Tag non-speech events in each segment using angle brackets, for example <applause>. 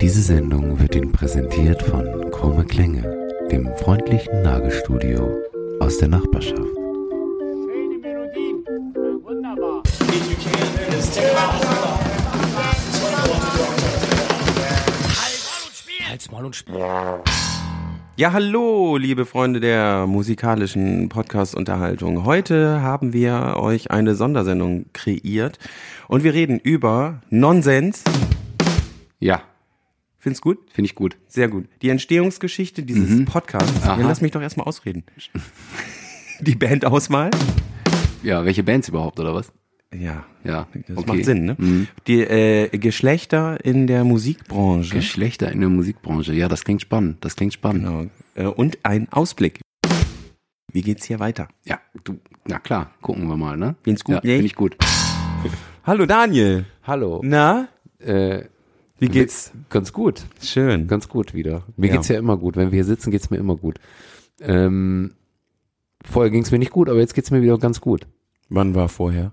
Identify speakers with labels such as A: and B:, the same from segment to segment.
A: Diese Sendung wird Ihnen präsentiert von Krumme Klänge, dem freundlichen Nagelstudio aus der Nachbarschaft.
B: Schöne Melodien. Ja, Wunderbar.
C: Halt's Maul und Spiel.
D: Ja, hallo, liebe Freunde der musikalischen Podcast-Unterhaltung. Heute haben wir euch eine Sondersendung kreiert und wir reden über Nonsens.
E: Ja,
D: Find's gut?
E: finde ich gut.
D: Sehr gut. Die Entstehungsgeschichte dieses Podcasts. Ja,
E: Aha.
D: lass mich doch erstmal ausreden. <laughs> Die Bandauswahl.
E: Ja, welche Bands überhaupt oder was?
D: Ja,
E: Ja,
D: das
E: okay. Mhm.
D: macht Sinn, ne? Die äh, Geschlechter in der Musikbranche.
E: Geschlechter in der Musikbranche. Ja, das klingt spannend. Das klingt spannend.
D: genau. Äh, Und ein Ausblick. Wie geht's hier weiter?
F: Genau.
E: Ja, du, na klar, gucken wir mal, ne?
D: Find's gut,
E: ja,
D: ne?
E: Finde ich gut.
D: Hallo Daniel.
F: Hallo.
D: Na,
F: Äh,
D: wie geht's?
F: ganz gut,
D: Schön.
F: ganz gut wieder. Mir
D: Ja.
F: geht's ja immer gut. Wenn wir hier sitzen, geht's mir immer gut. Ähm, vorher ging's mir nicht gut, aber jetzt geht's mir wieder ganz gut.
D: Wann war vorher?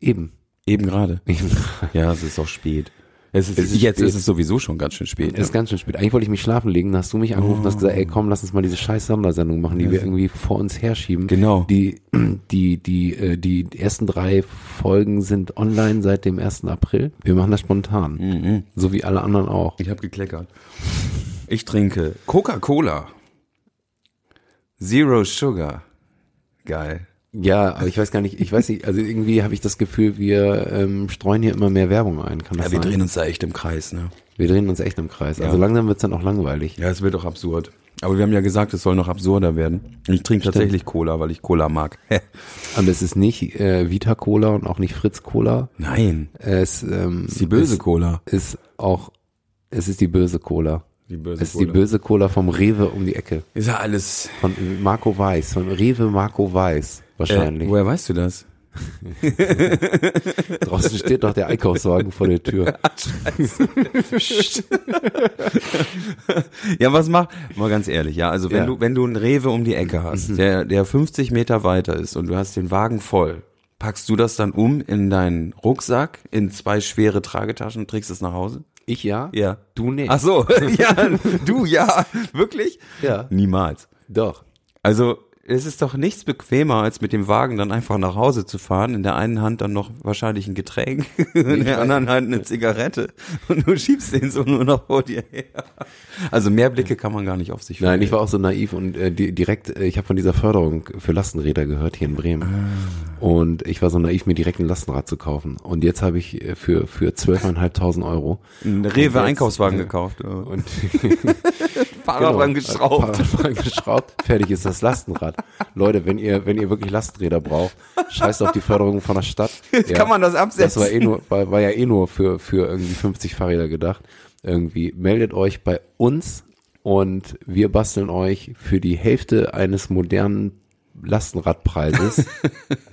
F: Eben.
D: Eben gerade.
F: Eben.
D: Ja, es ist auch spät. Es ist,
F: Es ist
D: jetzt
F: spät.
D: ist es sowieso schon ganz schön spät. ne?
F: Ist ganz schön spät. Eigentlich wollte ich mich schlafen legen, dann hast du mich angerufen und hast gesagt, ey komm, lass uns mal diese scheiß Sondersendung machen, die wir irgendwie vor uns herschieben.
D: Genau.
F: Die, <clears throat> die, die, äh, die ersten drei Folgen sind online seit dem 1. April. Wir machen das spontan. So wie alle anderen auch.
D: ich habe gekleckert. Ich trinke Coca-Cola. Zero Sugar. Geil.
F: Ja, aber ich weiß gar nicht, ich weiß nicht, also irgendwie habe ich das Gefühl, wir ähm, streuen hier immer mehr Werbung ein, kann das
D: Ja, wir
F: sein?
D: drehen uns da echt im Kreis, ne?
F: wir drehen uns echt im Kreis. Also
D: Ja.
F: langsam wird's dann auch langweilig.
D: Ja, es wird doch absurd. Aber wir haben ja gesagt, es soll noch absurder werden. Und Ich trinke tatsächlich Cola, weil ich Cola mag. <laughs>
F: Aber es ist nicht äh, Vita Cola und auch nicht Fritz Cola.
D: Nein.
F: Es ähm,
D: Ist die böse Cola.
F: es ist auch, es ist die böse Cola.
D: Die böse
F: es ist die böse Cola vom Rewe um die Ecke.
D: Ist ja alles. äh,
F: Von Marco Weiß, von Rewe Marco Weiß wahrscheinlich.
D: woher weißt du das?
F: Draußen steht noch der Einkaufswagen vor der
D: <laughs>
F: Tür.
D: Ja, was macht, mal ganz ehrlich, ja, also wenn
F: Ja.
D: du, Ah, wenn du einen Rewe um die Ecke hast, der, der 50 Meter weiter ist und du hast den Wagen voll, packst du das dann um in deinen Rucksack, in zwei schwere Tragetaschen und trägst es nach Hause? <laughs>
F: Ich ja?
D: Ja.
F: Du nicht.
D: Ach so, <laughs> ja, du, ja, wirklich?
F: Ja.
D: Niemals.
F: Doch.
D: Also, es ist doch nichts bequemer, als mit dem Wagen dann einfach nach Hause zu fahren, in der einen Hand dann noch wahrscheinlich ein Getränk, <laughs> in der anderen Hand eine Zigarette und du schiebst den so nur noch vor dir her. Also mehr Blicke kann man gar nicht auf sich
F: Nein, ich war auch so naiv und äh, di- direkt, äh, ich habe von dieser Förderung für Lastenräder gehört hier in Bremen.
D: Ah.
F: Und ich war so naiv, mir direkt ein Lastenrad zu kaufen. Und jetzt habe ich äh, für, für 12.500 Euro.
D: einen
F: Und
D: Rewe
F: jetzt-
D: Einkaufswagen gekauft. äh. ja.
F: Und
D: Fahrrad dran geschraubt.
F: Fahrrad <laughs> dran geschraubt. Genau. Fertig ist das Lastenrad. Leute, wenn ihr, wenn ihr wirklich Lastenräder braucht, scheißt auf die Förderung von der
D: <laughs>
F: Stadt.
D: Kann man das absetzen?
F: Das war, eh nur, war, war ja eh nur für, für irgendwie 50 Fahrräder gedacht. Irgendwie meldet euch bei uns und wir basteln euch für die Hälfte eines modernen
D: <laughs>
F: Lastenradpreises.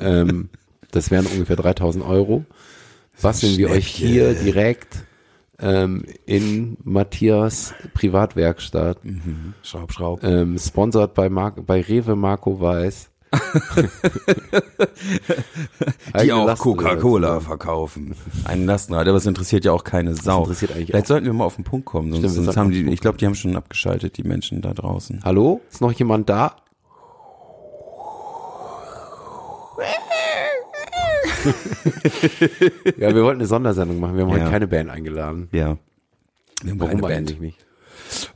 F: ähm, das wären ungefähr 3000 Euro. Basteln wir euch hier direkt ähm, in Matthias Privatwerkstatt.
D: Schraub, schraub.
F: Ähm, sponsored bei, Mar bei Rewe Marco Weiß.
D: Die
F: Eigene
D: auch
F: Lastenräder.
D: Coca-Cola verkaufen. Ein Lastenrad, aber es interessiert ja auch keine Sau.
F: interessiert eigentlich
D: Vielleicht
F: auch-
D: sollten wir mal auf den Punkt kommen. Sonst,
F: Stimmt, wir
D: sonst
F: sollten
D: haben
F: auf den
D: die,
F: Punkt
D: ich glaube, die haben schon abgeschaltet, die Menschen da draußen.
F: Hallo? Ist noch jemand da? ja, wir wollten eine Sondersendung machen. Wir haben
D: Ja.
F: heute keine Band eingeladen.
D: Ja. Wir haben
F: Warum
D: keine Band.
F: eigentlich nicht?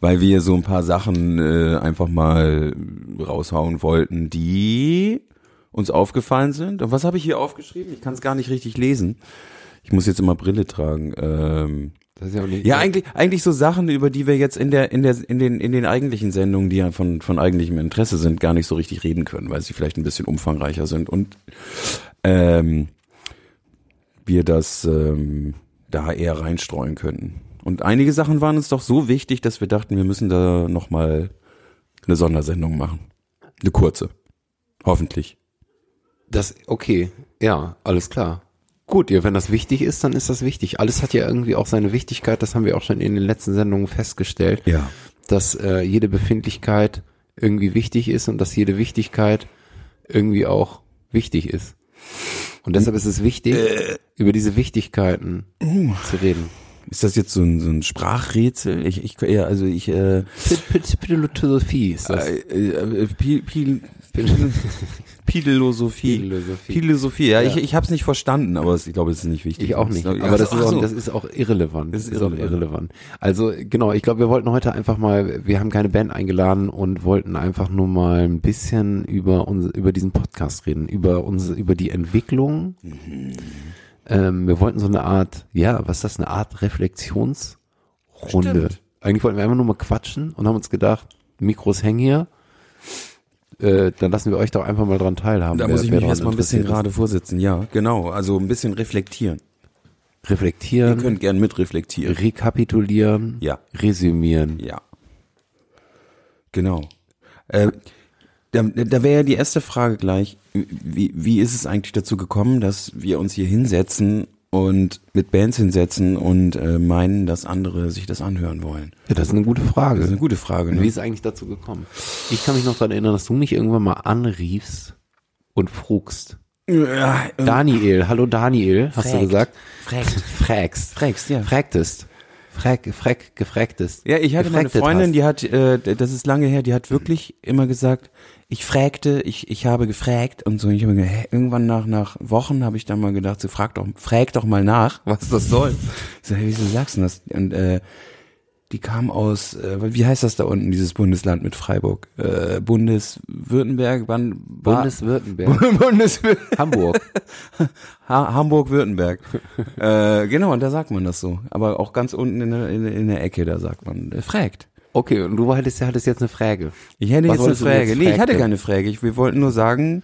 D: Weil wir so ein paar Sachen äh, einfach mal raushauen wollten, die uns aufgefallen sind. Und was habe ich hier aufgeschrieben? Ich kann es gar nicht richtig lesen. Ich muss jetzt immer Brille tragen. Ähm,
F: Das ist ja auch nicht.
D: Ja, eigentlich, eigentlich so Sachen, über die wir jetzt in der, in der, in den, in den eigentlichen Sendungen, die ja von, von eigentlichem Interesse sind, gar nicht so richtig reden können, weil sie vielleicht ein bisschen umfangreicher sind und, ähm, wir das, ähm, da eher reinstreuen könnten. Und einige Sachen waren uns doch so wichtig, dass wir dachten, wir müssen da nochmal eine Sondersendung machen. Eine kurze. Hoffentlich.
F: Das, okay. Ja, alles klar. Gut, ja, wenn das wichtig ist, dann ist das wichtig. Alles hat ja irgendwie auch seine Wichtigkeit. Das haben wir auch schon in den letzten Sendungen festgestellt.
D: Ja.
F: dass äh, jede Befindlichkeit irgendwie wichtig ist und dass jede Wichtigkeit irgendwie auch wichtig ist. Äh. Uh. Und deshalb ist es wichtig, über diese Wichtigkeiten zu reden.
D: Ist das jetzt so ein, so ein Sprachrätsel? Ich, ich, ja, also ich, äh,
F: Philosophie ist das.
D: äh, äh, äh, Pi- Pi- Pi-
F: Äh,
D: Pidelosophie.
F: Pidelosophie.
D: Pidelosophie, ja, ich, ich habe es nicht verstanden, aber es- ich glaube, das ist nicht wichtig. Ne?
F: Ich auch nicht.
D: glaub-
F: Aber das
D: Ach
F: ist
D: so.
F: auch, das ist auch irrelevant.
D: Das
F: Das
D: ist
F: ist, auch
D: irrelevant.
F: irrelevant. Also genau, ich glaube, wir wollten heute einfach mal, wir haben keine Band eingeladen und wollten einfach nur mal ein bisschen über uns, über diesen Podcast reden, über uns, über die Entwicklung.
D: Mhm.
F: Ähm, wir wollten so eine Art, ja, was ist das, eine Art Reflexionsrunde. Eigentlich wollten wir einfach nur mal quatschen und haben uns gedacht, Mikros hängen hier. Äh, dann lassen wir euch doch einfach mal dran teilhaben.
D: da
F: wer-
D: muss ich
F: wer
D: mich
F: daran
D: erstmal ein bisschen
F: interessiert
D: gerade vorsitzen, ja, genau. Also ein bisschen reflektieren.
F: ist. reflektieren.
D: Ihr könnt gern mitreflektieren.
F: rekapitulieren,
D: Ja.
F: resümieren.
D: Ja. Genau. Äh, da da wäre ja die erste Frage gleich, wie, wie ist es eigentlich dazu gekommen, dass wir uns hier hinsetzen und mit Bands hinsetzen und äh, meinen, dass andere sich das anhören wollen?
F: Ja, das ist eine gute Frage.
D: Das ist eine gute Frage.
F: Wie
D: Ne?
F: ist es eigentlich dazu gekommen? Ich kann mich noch daran erinnern, dass du mich irgendwann mal anriefst und frugst.
D: Ja, ähm,
F: Daniel, hallo Daniel, hast du
D: Frägt.
F: gesagt?
D: Frägt.
F: Frägst.
D: Frägst, ja.
F: Frägtest. Fräg, fräg, gefrägtest.
D: ja, ich hatte meine
F: Gefrägtet
D: Freundin,
F: hast.
D: die hat, äh, das ist lange her, die hat wirklich immer gesagt, ich fragte, ich, ich habe gefragt und so. Ich habe mir gedacht, hä, irgendwann nach, nach Wochen habe ich dann mal gedacht, so frag doch, frag doch mal nach, <laughs> was das soll. Ich so, hey, wieso sagst du das? Und äh, die kam aus, äh, wie heißt das da unten, dieses Bundesland mit Freiburg? Äh, Bundeswürttemberg, wann? war-
F: <laughs> Bundeswürttemberg.
D: <laughs> Bundeswür
F: Hamburg.
D: ha Hamburg-Württemberg. äh, genau, und da sagt man das so. Aber auch ganz unten in der, in, der- in der Ecke, da sagt man, äh, fragt.
F: Okay, und du hattest, hattest jetzt eine Frage.
D: Ich hätte
F: Was
D: jetzt eine
F: wolltest du
D: Frage.
F: jetzt
D: nee, ich
F: fragen?
D: hatte keine Frage. Ich, wir wollten nur sagen,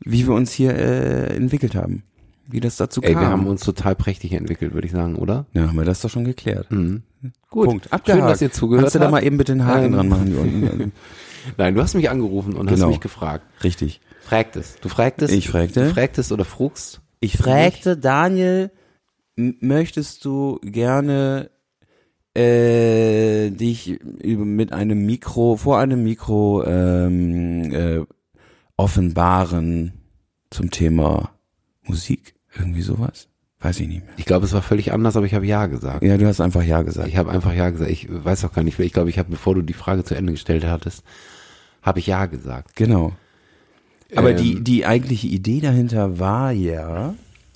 D: wie wir uns hier äh, entwickelt haben. Wie das dazu
F: Ey,
D: kam.
F: wir haben uns total prächtig entwickelt, würde ich sagen, oder?
D: ja, haben wir das doch schon geklärt.
F: Gut.
D: Punkt. Abgehakt.
F: Schön, dass ihr zugehört
D: Kannst du da
F: habt.
D: mal eben bitte einen Haken
F: Ähm.
D: dran machen? Hier <laughs> unten?
F: Nein, du hast mich angerufen und
D: Genau.
F: hast mich gefragt.
D: Richtig.
F: Fragtest. Du fragtest.
D: Ich fragte.
F: Du fragtest oder frugst.
D: Ich fragte Daniel, m- möchtest du gerne äh, dich über- mit einem Mikro, vor einem Mikro ähm, äh, offenbaren zum Thema Musik? Irgendwie sowas? Weiß ich nicht mehr.
F: Ich glaube, es war völlig anders, aber ich habe Ja gesagt.
D: Ja, du hast einfach Ja gesagt.
F: Ich habe einfach Ja gesagt. Ich weiß auch gar nicht mehr. Ich glaube, ich habe, bevor du die Frage zu Ende gestellt hattest, habe ich Ja gesagt.
D: Genau. Aber
F: Ähm.
D: die, die eigentliche Idee dahinter war ja,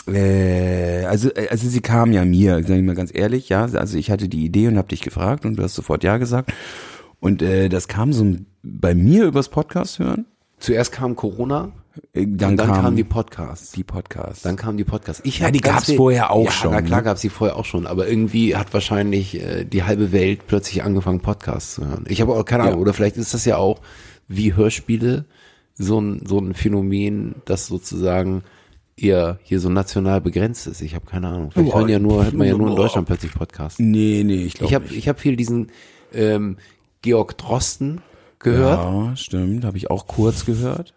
D: äh, also, äh, also sie kam ja mir, sag ich mal ganz ehrlich, ja, also ich hatte die Idee und habe dich gefragt und du hast sofort ja gesagt. Und äh, das kam so ein- bei mir übers Podcast hören.
F: Zuerst kam Corona,
D: Äh,
F: dann,
D: Dann,
F: dann
D: kam,
F: kamen die Podcasts.
D: die Podcasts.
F: Dann kamen die Podcasts. Ich
D: Ja,
F: hab
D: die
F: ganz
D: gab's
F: viel-
D: vorher auch
F: ja,
D: schon,
F: Na klar
D: ne?
F: gab's die vorher auch schon, aber irgendwie hat wahrscheinlich äh, die halbe Welt plötzlich angefangen, Podcasts zu hören. Ich habe auch keine Ahnung, oder vielleicht ist das ja auch wie Hörspiele so ein, so ein Phänomen, das sozusagen eher hier so national begrenzt ist. Ich habe keine Ahnung. Vielleicht
D: Boah,
F: hören ja nur, hört man ja nur in
D: boah.
F: Deutschland plötzlich Podcasts.
D: Oh, nee, nee, ich
F: Ich
D: glaube
F: habe
D: nicht.
F: ich hab viel diesen ähm, Georg Drosten gehört.
D: Ja, stimmt, habe ich auch kurz gehört.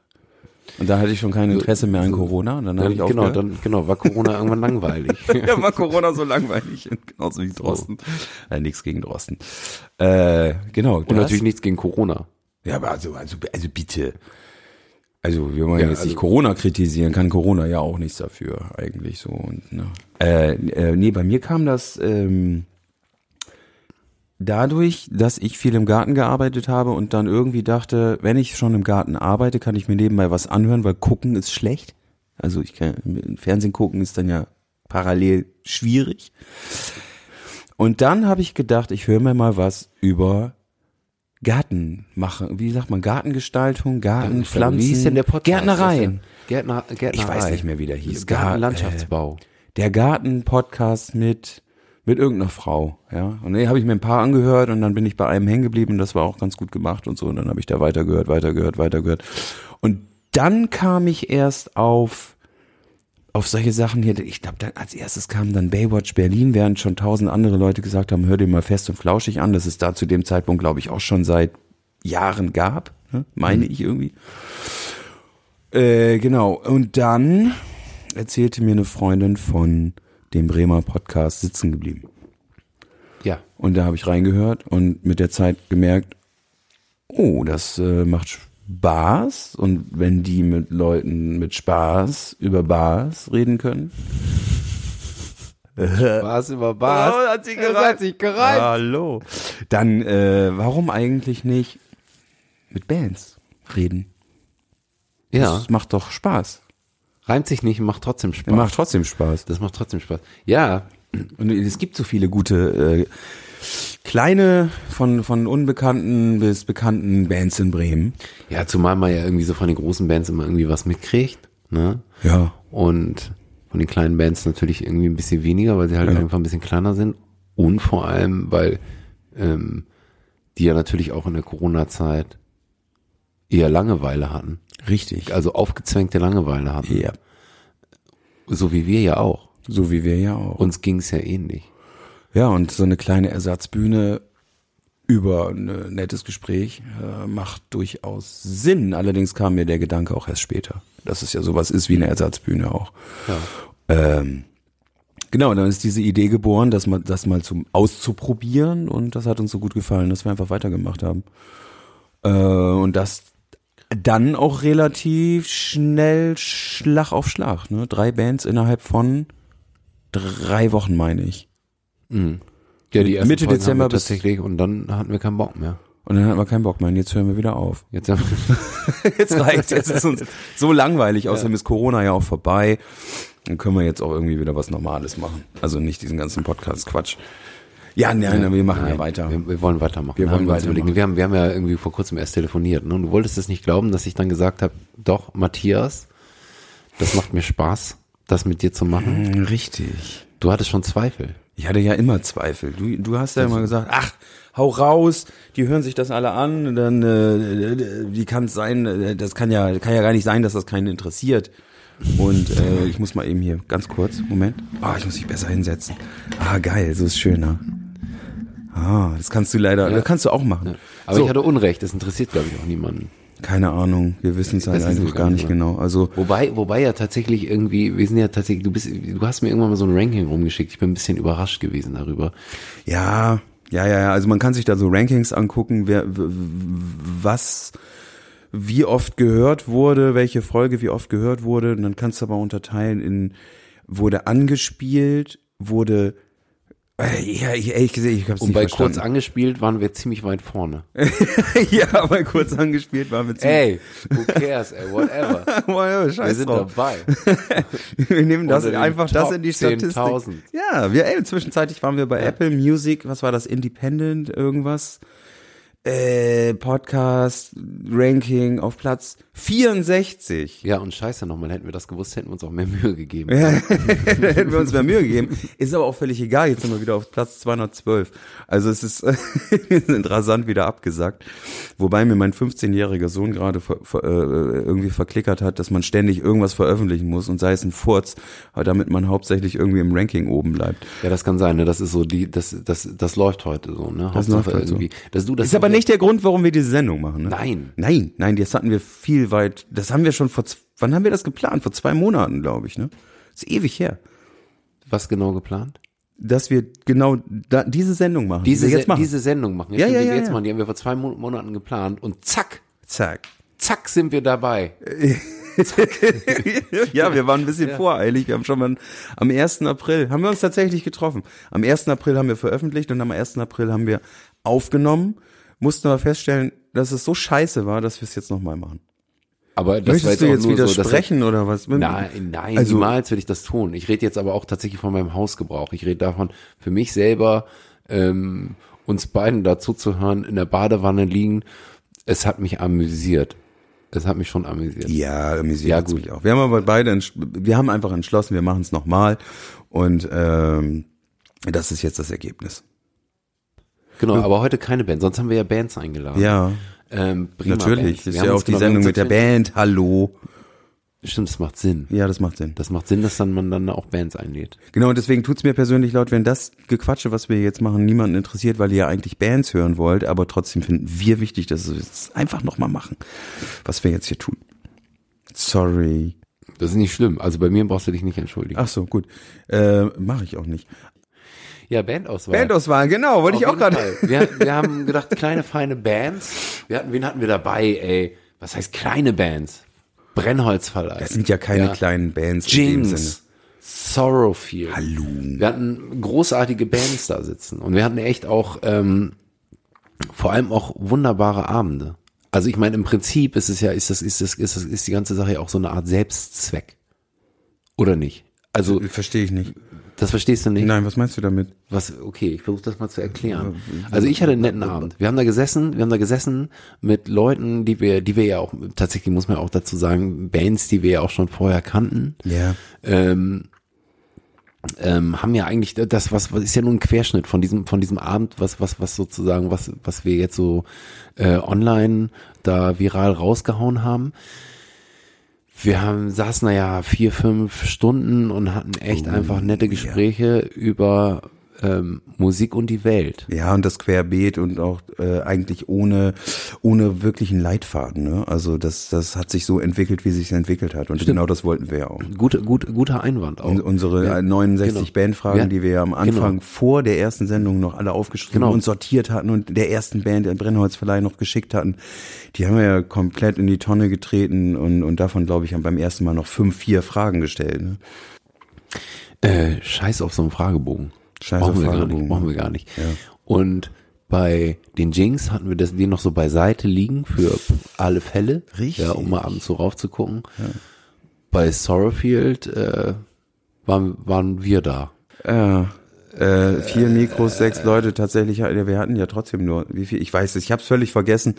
D: Und da hatte ich schon kein Interesse mehr an Corona. Und dann habe
F: Dann,
D: ich auch
F: genau, dann, genau, war Corona irgendwann langweilig.
D: <laughs> ja, war Corona so langweilig. Genauso wie Drosten. Äh, nichts gegen Drosten. Äh, genau.
F: Und natürlich nichts gegen Corona.
D: Ja, aber also, also, also bitte. Also wir wollen
F: Ja,
D: jetzt nicht
F: also-
D: Corona kritisieren, kann Corona ja auch nichts dafür eigentlich so und ne. Äh, äh, nee, bei mir kam das ähm, dadurch, dass ich viel im Garten gearbeitet habe und dann irgendwie dachte, wenn ich schon im Garten arbeite, kann ich mir nebenbei was anhören, weil gucken ist schlecht. Also ich kann Fernsehen gucken ist dann ja parallel schwierig. Und dann habe ich gedacht, ich höre mir mal was über Garten machen. Wie sagt man? Gartengestaltung, Gartenpflanzen.
F: Wie hieß denn der Podcast?
D: Gärtnereien.
F: Gärtner, Gärtnerei.
D: Ich weiß nicht mehr, wie der hieß.
F: äh, Gartenlandschaftsbau.
D: Der Garten-Podcast mit, mit irgendeiner Frau. Ja. Und dann habe ich mir ein paar angehört und dann bin ich bei einem hängen geblieben und das war auch ganz gut gemacht und so. Und dann habe ich da weitergehört, weitergehört, weitergehört. Und dann kam ich erst auf auf solche Sachen hier, ich glaube, dann als erstes kam dann Baywatch Berlin, während schon tausend andere Leute gesagt haben, hör dir mal fest und flauschig an, dass es da zu dem Zeitpunkt, glaube ich, auch schon seit Jahren gab, ne? meine ich irgendwie. Äh, genau, und dann erzählte mir eine Freundin von dem Bremer Podcast Sitzen geblieben.
F: ja.
D: Und da habe ich reingehört und mit der Zeit gemerkt, oh, das äh, macht Spaß. Und wenn die mit Leuten mit Spaß über Bars reden können,
F: Spaß über Bars.
D: Oh, hat sie
F: Das
D: gereimt.
F: hat sich gereimt.
D: Hallo. Dann, äh, warum eigentlich nicht mit Bands reden?
F: Ja,
D: Das macht doch Spaß.
F: reimt sich nicht, macht trotzdem Spaß.
D: Macht trotzdem Spaß.
F: Das macht trotzdem Spaß. Ja,
D: Und es gibt so viele gute äh, kleine, von, von unbekannten bis bekannten Bands in Bremen.
F: ja, zumal man ja irgendwie so von den großen Bands immer irgendwie was mitkriegt, ne?
D: Ja.
F: Und von den kleinen Bands natürlich irgendwie ein bisschen weniger, weil sie halt einfach ein bisschen kleiner sind. Und vor allem, weil ähm, die ja natürlich auch in der Corona-Zeit eher Langeweile hatten.
D: Richtig.
F: Also aufgezwängte Langeweile hatten.
D: Ja.
F: So wie wir ja auch.
D: So wie wir ja auch.
F: Uns ging's ja ähnlich.
D: Ja, und so eine kleine Ersatzbühne über ein äh, nettes Gespräch äh, macht durchaus Sinn. Allerdings kam mir der Gedanke auch erst später, dass es ja sowas ist wie eine Ersatzbühne auch. Ähm, genau, dann ist diese Idee geboren, dass man das mal zum auszuprobieren und das hat uns so gut gefallen, dass wir einfach weitergemacht haben. Äh, und das dann auch relativ schnell Schlag auf Schlag. Ne? Drei Bands innerhalb von drei Wochen, meine ich.
F: Ja,
D: Mitte
F: ersten Folgen haben wir
D: Dezember bis-
F: tatsächlich und dann hatten wir keinen Bock mehr.
D: Und dann hatten wir keinen Bock mehr. Und jetzt hören wir wieder auf.
F: Jetzt haben wir
D: <laughs> Jetzt reicht's. Jetzt ist <laughs> uns so langweilig. Außerdem ist Corona ja auch vorbei. Dann können wir jetzt auch irgendwie wieder was Normales machen. Also nicht diesen ganzen Podcast-Quatsch. Ja, nein, nein, wir machen ja
F: Nein,
D: weiter.
F: Wir, wir wollen weitermachen.
D: Wir
F: Ne?
D: wollen
F: haben uns
D: weitermachen.
F: überlegt, Wir haben, wir haben ja irgendwie vor kurzem erst telefoniert. Ne? Und du wolltest es nicht glauben, dass ich dann gesagt habe, doch, Matthias, das macht mir Spaß, das mit dir zu machen.
D: Richtig.
F: Du hattest schon Zweifel.
D: Ich hatte ja immer Zweifel. Du, du hast
F: Also
D: ja immer gesagt, ach, hau raus, die hören sich das alle an, und dann, äh, wie kann es sein, äh, das kann ja, kann ja gar nicht sein, dass das keinen interessiert. Und äh, ich muss mal eben hier, ganz kurz, Moment. Ah, ich muss mich besser hinsetzen. Ah, geil, so ist schöner. Ah, das kannst du leider, das kannst du auch machen.
F: Aber
D: so,
F: ich hatte Unrecht, das interessiert, glaube ich, auch niemanden.
D: keine Ahnung, wir wissen es halt
F: wissen wir
D: einfach gar nicht genau. Also,
F: Wobei, wobei ja tatsächlich irgendwie, wir sind ja tatsächlich, du bist, du hast mir irgendwann mal so ein Ranking rumgeschickt. Ich bin ein bisschen überrascht gewesen darüber.
D: Ja, ja, ja, ja. Also man kann sich da so Rankings angucken, wer, w- w- was wie oft gehört wurde, welche Folge wie oft gehört wurde. Und dann kannst du aber unterteilen in wurde angespielt, wurde Äh, ja, ich, ehrlich gesagt, ich hab's
F: Und
D: nicht
F: bei
D: verstanden.
F: kurz angespielt waren wir ziemlich weit vorne.
D: <laughs> ja, bei kurz angespielt waren wir <laughs> ziemlich.
F: who cares, ey,
D: <laughs>
F: whatever.
D: Ey,
F: Wir
D: scheiß
F: sind
D: drauf.
F: dabei.
D: Wir nehmen das
F: Unter den
D: einfach das in die
F: Top
D: Statistik.
F: 10.000.
D: Ja, wir ey, zwischenzeitlich waren wir bei Apple Music, was war das Independent irgendwas? Äh, Podcast Ranking auf Platz 64.
F: Ja, und scheiße nochmal, hätten wir das gewusst, hätten wir uns auch mehr Mühe gegeben.
D: <laughs> da hätten wir uns mehr Mühe gegeben. Ist aber auch völlig egal, jetzt sind wir wieder auf Platz 212. Also es ist <laughs> wir sind rasant wieder abgesagt. Wobei mir mein 15-jähriger Sohn gerade ver, ver, äh, irgendwie verklickert hat, dass man ständig irgendwas veröffentlichen muss und sei es ein Furz, aber damit man hauptsächlich irgendwie im Ranking oben bleibt.
F: Ja, das kann sein, ne? Das ist so die, das, das, das läuft heute so, ne?
D: Das
F: Hauptsache
D: läuft heute so.
F: irgendwie. Dass du das
D: Ist aber nicht der Grund, warum wir diese Sendung machen. Ne?
F: Nein.
D: Nein, nein, das hatten wir viel weit. Das haben wir schon vor. z- Wann haben wir das geplant? Vor zwei Monaten, glaube ich. Ne, ist ewig her,
F: Was genau geplant?
D: dass wir genau da, diese Sendung machen.
F: Diese,
D: die wir
F: Se-
D: jetzt machen.
F: diese Sendung machen.
D: Ja,
F: stimmt,
D: ja,
F: die wir
D: ja,
F: jetzt
D: ja.
F: machen. Die haben wir vor zwei Mon Monaten geplant und zack,
D: Zack. <laughs>
F: zack sind wir dabei.
D: ja, wir waren ein bisschen voreilig. Wir haben schon mal am 1. April haben wir uns tatsächlich getroffen. Am 1. April haben wir veröffentlicht und am 1. April haben wir aufgenommen. Mussten aber feststellen, dass es so scheiße war, dass wir es jetzt nochmal machen.
F: Aber das war
D: Möchtest du
F: auch
D: jetzt
F: nur so, dass-
D: widersprechen oder was?
F: Nein, nein,
D: Also-
F: niemals würde ich das tun. Ich rede jetzt aber auch tatsächlich von meinem Hausgebrauch. Ich rede davon, für mich selber, ähm, uns beiden dazu zu hören, in der Badewanne liegen. Es hat mich amüsiert. Es hat mich schon amüsiert.
D: Ja, amüsiert
F: Ja,
D: ja, gut.
F: gut.
D: Mich auch. Wir haben aber beide, entsch- wir haben einfach entschlossen, wir machen es nochmal und ähm, das ist jetzt das Ergebnis.
F: Genau, aber heute keine Band, sonst haben wir ja Bands eingeladen.
D: Ja,
F: ähm, prima
D: natürlich.
F: Bands. Wir
D: Ist
F: haben
D: ja
F: uns
D: auch die
F: genau- wir
D: Sendung
F: haben uns
D: mit der
F: entschieden-
D: Band. Hallo.
F: Stimmt, das macht Sinn.
D: Ja, das macht Sinn.
F: Das macht Sinn, dass dann man dann auch Bands einlädt.
D: Genau, und deswegen tut's mir persönlich laut, wenn das Gequatsche, was wir jetzt machen, niemanden interessiert, weil ihr ja eigentlich Bands hören wollt, aber trotzdem finden wir wichtig, dass wir es einfach nochmal machen, was wir jetzt hier tun. Sorry.
F: Das ist nicht schlimm. Also bei mir brauchst du dich nicht entschuldigen.
D: Ach so, gut. Äh, Mache ich auch nicht.
F: Ja, Bandauswahl.
D: Bandauswahl, genau, wollte ich auch
F: Auf jeden
D: gerade.
F: Fall. Wir, wir haben gedacht, kleine, feine Bands. Wir hatten, wen hatten wir dabei, ey? Was heißt kleine Bands? Brennholzverleih.
D: Das sind ja keine kleinen Bands in dem Sinne.
F: Jings. Sorrowfield.
D: Hallo.
F: Wir hatten großartige Bands da sitzen und wir hatten echt auch ähm, vor allem auch wunderbare Abende. Also ich meine, im Prinzip ist es ja, ist das, ist das, ist das, ist die ganze Sache ja auch so eine Art Selbstzweck. Oder nicht? Also,
D: Verstehe ich nicht.
F: das verstehst du nicht.
D: Nein, was meinst du damit?
F: Was, okay, ich versuche das mal zu erklären. Also ich hatte einen netten Abend. Wir haben da gesessen, wir haben da gesessen mit Leuten, die wir, die wir ja auch, tatsächlich muss man ja auch dazu sagen, Bands, die wir ja auch schon vorher kannten
D: Ja.
F: ähm, ähm, haben ja eigentlich das was was ist ja nur ein Querschnitt von diesem von diesem Abend was was was sozusagen was was wir jetzt so äh, online da viral rausgehauen haben wir haben saßen naja vier fünf Stunden und hatten echt einfach nette Gespräche über ähm, Musik und die Welt
D: Ja, und das Querbeet und auch äh, eigentlich ohne, ohne wirklichen Leitfaden. Ne? Also das, das hat sich so entwickelt, wie sich entwickelt hat. Und genau das wollten wir ja auch.
F: gute gut, guter Einwand auch
D: Un- unsere
F: Ja,
D: äh, 69
F: genau.
D: Bandfragen,
F: Ja,
D: die wir ja am Anfang vor der ersten Sendung noch alle aufgeschrieben
F: Genau.
D: und sortiert hatten und der ersten Band, der Brennholzverleih noch geschickt hatten, die haben wir ja komplett in die Tonne getreten und, und davon, glaube ich, haben beim ersten Mal noch fünf, vier Fragen gestellt. Ne?
F: Äh, Scheiß auf so einen Fragebogen.
D: Scheiß
F: brauchen
D: auf
F: wir Gar
D: Fragebogen. ne?
F: nicht, brauchen wir gar nicht. Und bei den Jinx hatten wir das, den noch so beiseite liegen für alle Fälle.
D: Richtig.
F: Ja, um mal abends so raufzugucken. Bei Sorrowfield äh, waren, waren wir da.
D: Ja. Äh, vier Mikros, sechs Leute tatsächlich. Wir hatten ja trotzdem nur, wie viel? Ich weiß es, ich habe es völlig vergessen.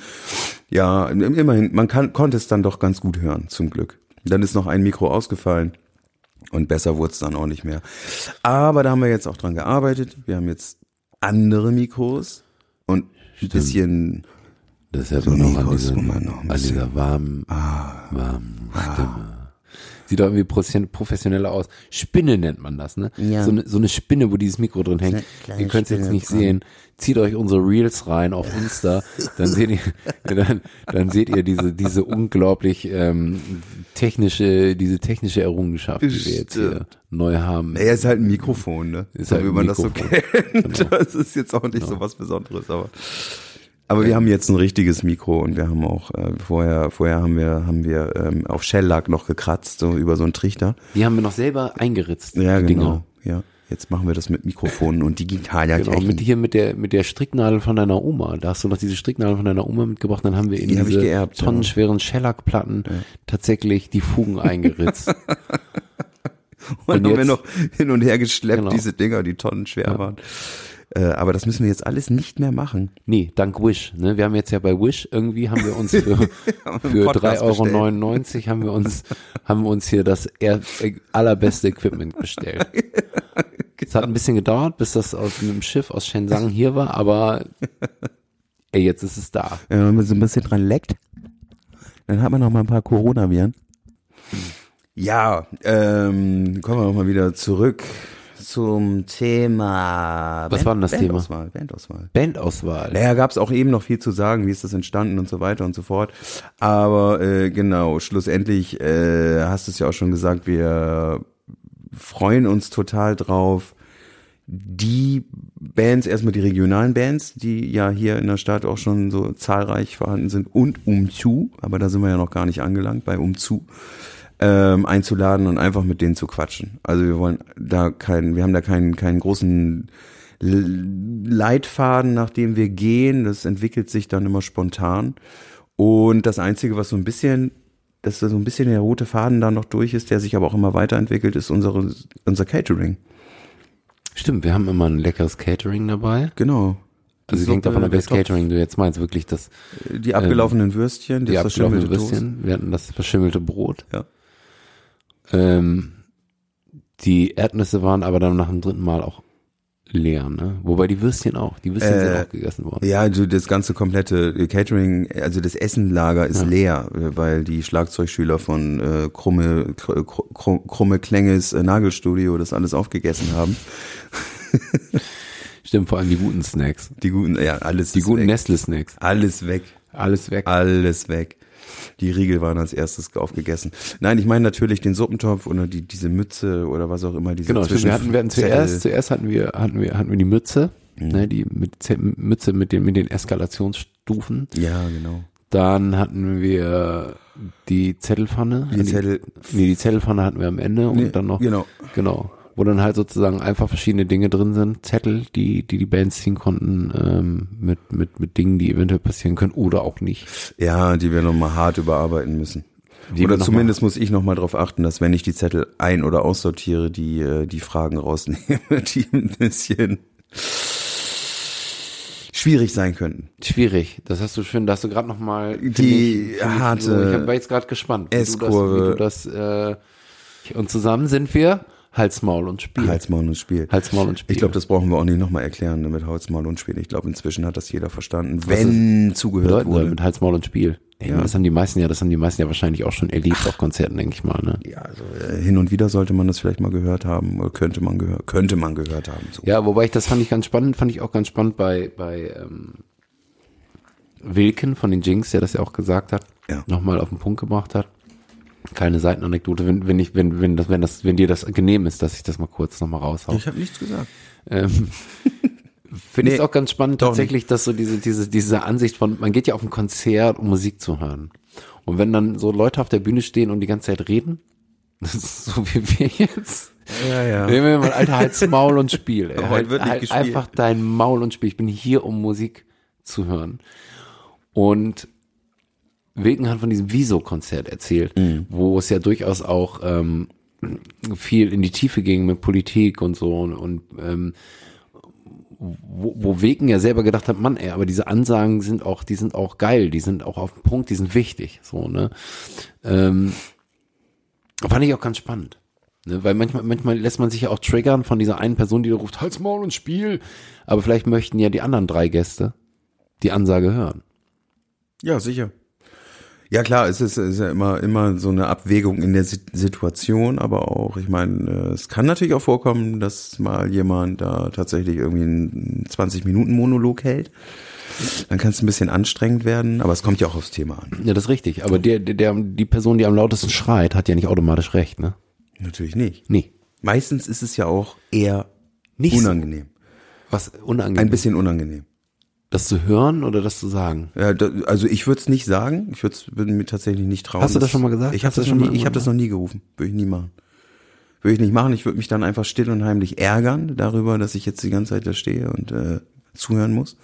D: Ja, immerhin, man kann, konnte es dann doch ganz gut hören, zum Glück. Dann ist noch ein Mikro ausgefallen und besser wurde es dann auch nicht mehr. Aber da haben wir jetzt auch dran gearbeitet. Wir haben jetzt andere Mikros und ein bisschen
F: Das ist ja nur noch an,
D: Nikos
F: diesem,
D: Nummer noch ein Ah.
F: an dieser warmen, warmen Stimme. Sieht doch irgendwie profession- professioneller aus. Spinne nennt man das, ne?
D: Ja.
F: So, eine, so eine Spinne, wo dieses Mikro drin hängt.
D: kleine
F: Ihr könnt es jetzt
D: Spinne
F: nicht
D: dran.
F: sehen. Zieht euch unsere Reels rein auf
D: <laughs>
F: Insta, dann seht ihr, dann, dann seht ihr diese, diese unglaublich ähm, technische, diese technische Errungenschaft, die wir jetzt hier neu haben.
D: Er ist halt ein Mikrofon, ne?
F: Ist
D: so
F: halt
D: wie
F: ein
D: man das so
F: Mikrofon. genau.
D: kennt. <laughs> Das ist jetzt auch nicht so was Besonderes, aber. Aber wir haben jetzt ein richtiges Mikro und wir haben auch äh, vorher vorher haben wir haben wir ähm, auf Shellack noch gekratzt so über so einen Trichter.
F: Die haben wir noch selber eingeritzt.
D: Ja
F: die Dinger.
D: genau. Ja. Jetzt machen wir das mit Mikrofonen und digital ja
F: Genau, mit hier mit der, mit der Stricknadel von deiner Oma. Da hast du noch diese Stricknadel von deiner Oma mitgebracht, dann haben wir in
D: Die hab ich
F: diese
D: geerbt, ja.
F: tonnenschweren Schellackplatten tatsächlich die
D: <laughs>
F: Fugen eingeritzt.
D: und
F: und
D: haben wir
F: jetzt-
D: noch hin und her geschleppt
F: Genau.
D: diese Dinger, die tonnen schwer waren. Äh, aber das müssen wir jetzt alles nicht mehr machen.
F: nee, dank Wish. Ne? Wir haben jetzt ja bei Wish irgendwie haben wir uns für,
D: <laughs>
F: für 3,99
D: Podcast
F: Euro haben wir uns, haben wir uns hier das er, äh, allerbeste Equipment bestellt. Es hat ein bisschen gedauert, bis das aus einem Schiff aus Shenzhen hier war,
D: <laughs>
F: aber ey, jetzt ist es da.
D: Äh, wenn man so ein bisschen dran leckt, dann hat man noch mal ein paar Coronaviren. Ja, ähm, kommen wir noch mal wieder zurück zum Thema.
F: Was war denn das Thema?
D: Bandauswahl, Bandauswahl.
F: Bandauswahl.
D: Naja, gab es auch eben noch viel zu sagen, wie ist das entstanden und so weiter und so fort. Aber äh, genau, schlussendlich äh, hast du es ja auch schon gesagt, wir freuen uns total drauf, die Bands, erstmal die regionalen Bands, die ja hier in der Stadt auch schon so zahlreich vorhanden sind und umzu, aber da sind wir ja noch gar nicht angelangt bei umzu, ähm, einzuladen und einfach mit denen zu quatschen. Also wir wollen da keinen, wir haben da keinen, keinen großen Leitfaden, nach dem wir gehen, das entwickelt sich dann immer spontan. Und das Einzige, was so ein bisschen, dass da so ein bisschen der rote Faden da noch durch ist, der sich aber auch immer weiterentwickelt, ist unsere, unser Catering.
F: Stimmt, wir haben immer ein leckeres Catering dabei.
D: Genau.
F: Also es hängt davon ab, welches Catering du jetzt meinst, wirklich das
D: Die abgelaufenen Würstchen,
F: die
D: das
F: abgelaufene
D: verschimmelte Toast.
F: Würstchen. Wir hatten das verschimmelte Brot.
D: Ja.
F: Ähm, die Erdnüsse waren aber dann nach dem dritten Mal auch leer, ne? Wobei die Würstchen auch, die Würstchen
D: Äh,
F: sind auch gegessen worden.
D: Ja, also das ganze komplette Catering, also das Essenlager ist leer, äh, weil die Schlagzeugschüler von äh, Krumme, Kr- Kr- Krumme Klenges äh, Nagelstudio das alles aufgegessen haben.
F: Stimmt, vor allem die guten Snacks.
D: Die guten, ja, alles
F: Die
D: ist
F: guten
D: weg.
F: Nestle-Snacks. Ah,
D: Alles weg.
F: Alles weg.
D: Alles weg. Die Riegel waren als erstes aufgegessen. Nein, ich meine natürlich den Suppentopf oder die, diese Mütze oder was auch immer. Diese
F: Genau, stimmt,
D: Zwischen- Mhm.
F: wir hatten, wir hatten zuerst, zuerst hatten wir, hatten wir, hatten wir die Mütze, ne, die mit, Mütze mit den, mit den Eskalationsstufen.
D: Ja, genau.
F: Dann hatten wir die Zettelfanne.
D: Die Zettel-
F: nee, die Zettelfanne hatten wir am Ende und
D: Nee,
F: dann noch.
D: genau.
F: Genau. Wo dann halt sozusagen einfach verschiedene Dinge drin sind. Zettel, die, die die Bands ziehen konnten, ähm, mit, mit, mit Dingen, die eventuell passieren können oder auch nicht.
D: Ja, die wir nochmal hart überarbeiten müssen.
F: Die wir
D: oder
F: noch
D: zumindest muss ich nochmal darauf achten, dass wenn ich die Zettel ein- oder aussortiere, die, äh, die Fragen rausnehme, <laughs> die ein bisschen schwierig sein könnten.
F: Schwierig. Das hast du schön, da hast du gerade nochmal
D: Die harte
F: Ich hab- war jetzt gerade gespannt, wie du
D: S-Kurve.
F: das, wie du das äh, und zusammen sind wir Hals, Maul und Spiel.
D: Hals, Maul und Spiel.
F: Hals, Maul und Spiel.
D: Ich glaube, das brauchen wir auch nicht nochmal erklären ne, mit Hals, Maul und Spiel. Ich glaube, inzwischen hat das jeder verstanden, wenn zugehört
F: Leuten
D: wurde.
F: mit Hals, Maul und Spiel. Ey, Das haben die meisten ja, das haben die meisten ja wahrscheinlich auch schon erlebt auf Konzerten, denke ich mal. Ne?
D: Ja, also äh, hin und wieder sollte man das vielleicht mal gehört haben oder könnte man gehört, könnte man gehört haben. So.
F: Ja, wobei ich das fand ich ganz spannend, fand ich auch ganz spannend bei, bei ähm, Wilken von den Jinx, der das ja auch gesagt hat,
D: Ja.
F: nochmal auf den Punkt gebracht hat. Keine Seitenanekdote, wenn, wenn ich, wenn, wenn das, wenn das, wenn dir das genehm ist, dass ich das mal kurz nochmal raushaue.
D: habe nichts gesagt.
F: Ähm, Finde ich
D: Nee,
F: auch ganz spannend
D: doch
F: tatsächlich, dass so diese, diese, diese Ansicht von, man geht ja auf ein Konzert, um Musik zu hören. Und wenn dann so Leute auf der Bühne stehen und die ganze Zeit reden, <laughs> das ist so wie wir jetzt.
D: Ja, ja.
F: Nehmen wir mal, Alter, halt's Maul und Spiel. Ey.
D: <laughs> Heute
F: Halt-
D: wird nicht
F: halt
D: gespielt.
F: Einfach dein Maul und Spiel. Ich bin hier, um Musik zu hören. Und Wilken hat von diesem Wieso-Konzert erzählt,
D: Mhm.
F: wo es ja durchaus auch ähm, viel in die Tiefe ging mit Politik und so und, und ähm, wo, wo Weken ja selber gedacht hat, Mann, ey, aber diese Ansagen sind auch, die sind auch geil, die sind auch auf den Punkt, die sind wichtig, so, ne? Ähm, fand ich auch ganz spannend. Ne? Weil manchmal, manchmal lässt man sich ja auch triggern von dieser einen Person, die da ruft, halt's Maul und Spiel. Aber vielleicht möchten ja die anderen drei Gäste die Ansage hören.
D: Ja, sicher. Ja, klar, es ist, es ist ja immer, immer so eine Abwägung in der Si- Situation, aber auch, ich meine, äh, es kann natürlich auch vorkommen, dass mal jemand da tatsächlich irgendwie einen 20-Minuten-Monolog hält. Dann kann es ein bisschen anstrengend werden, aber es kommt ja auch aufs Thema an.
F: Ja, das ist richtig. Aber der, der, der, die Person, die am lautesten schreit, hat ja nicht automatisch recht, ne?
D: Natürlich nicht.
F: Nee.
D: Meistens ist es ja auch eher
F: Nicht so.
D: unangenehm.
F: Was unangenehm.
D: Ein bisschen unangenehm.
F: Das zu hören oder das zu sagen?
D: Ja, da, also ich würde es nicht sagen. Ich würde mir tatsächlich nicht trauen.
F: Hast du das schon mal gesagt?
D: Ich habe
F: Hast du
D: das,
F: schon
D: schon
F: mal
D: nie, ich hab
F: irgendwann
D: das noch nie gerufen. Würde ich nie machen. Würde ich nicht machen. Ich würde mich dann einfach still und heimlich ärgern darüber, dass ich jetzt die ganze Zeit da stehe und äh, zuhören muss.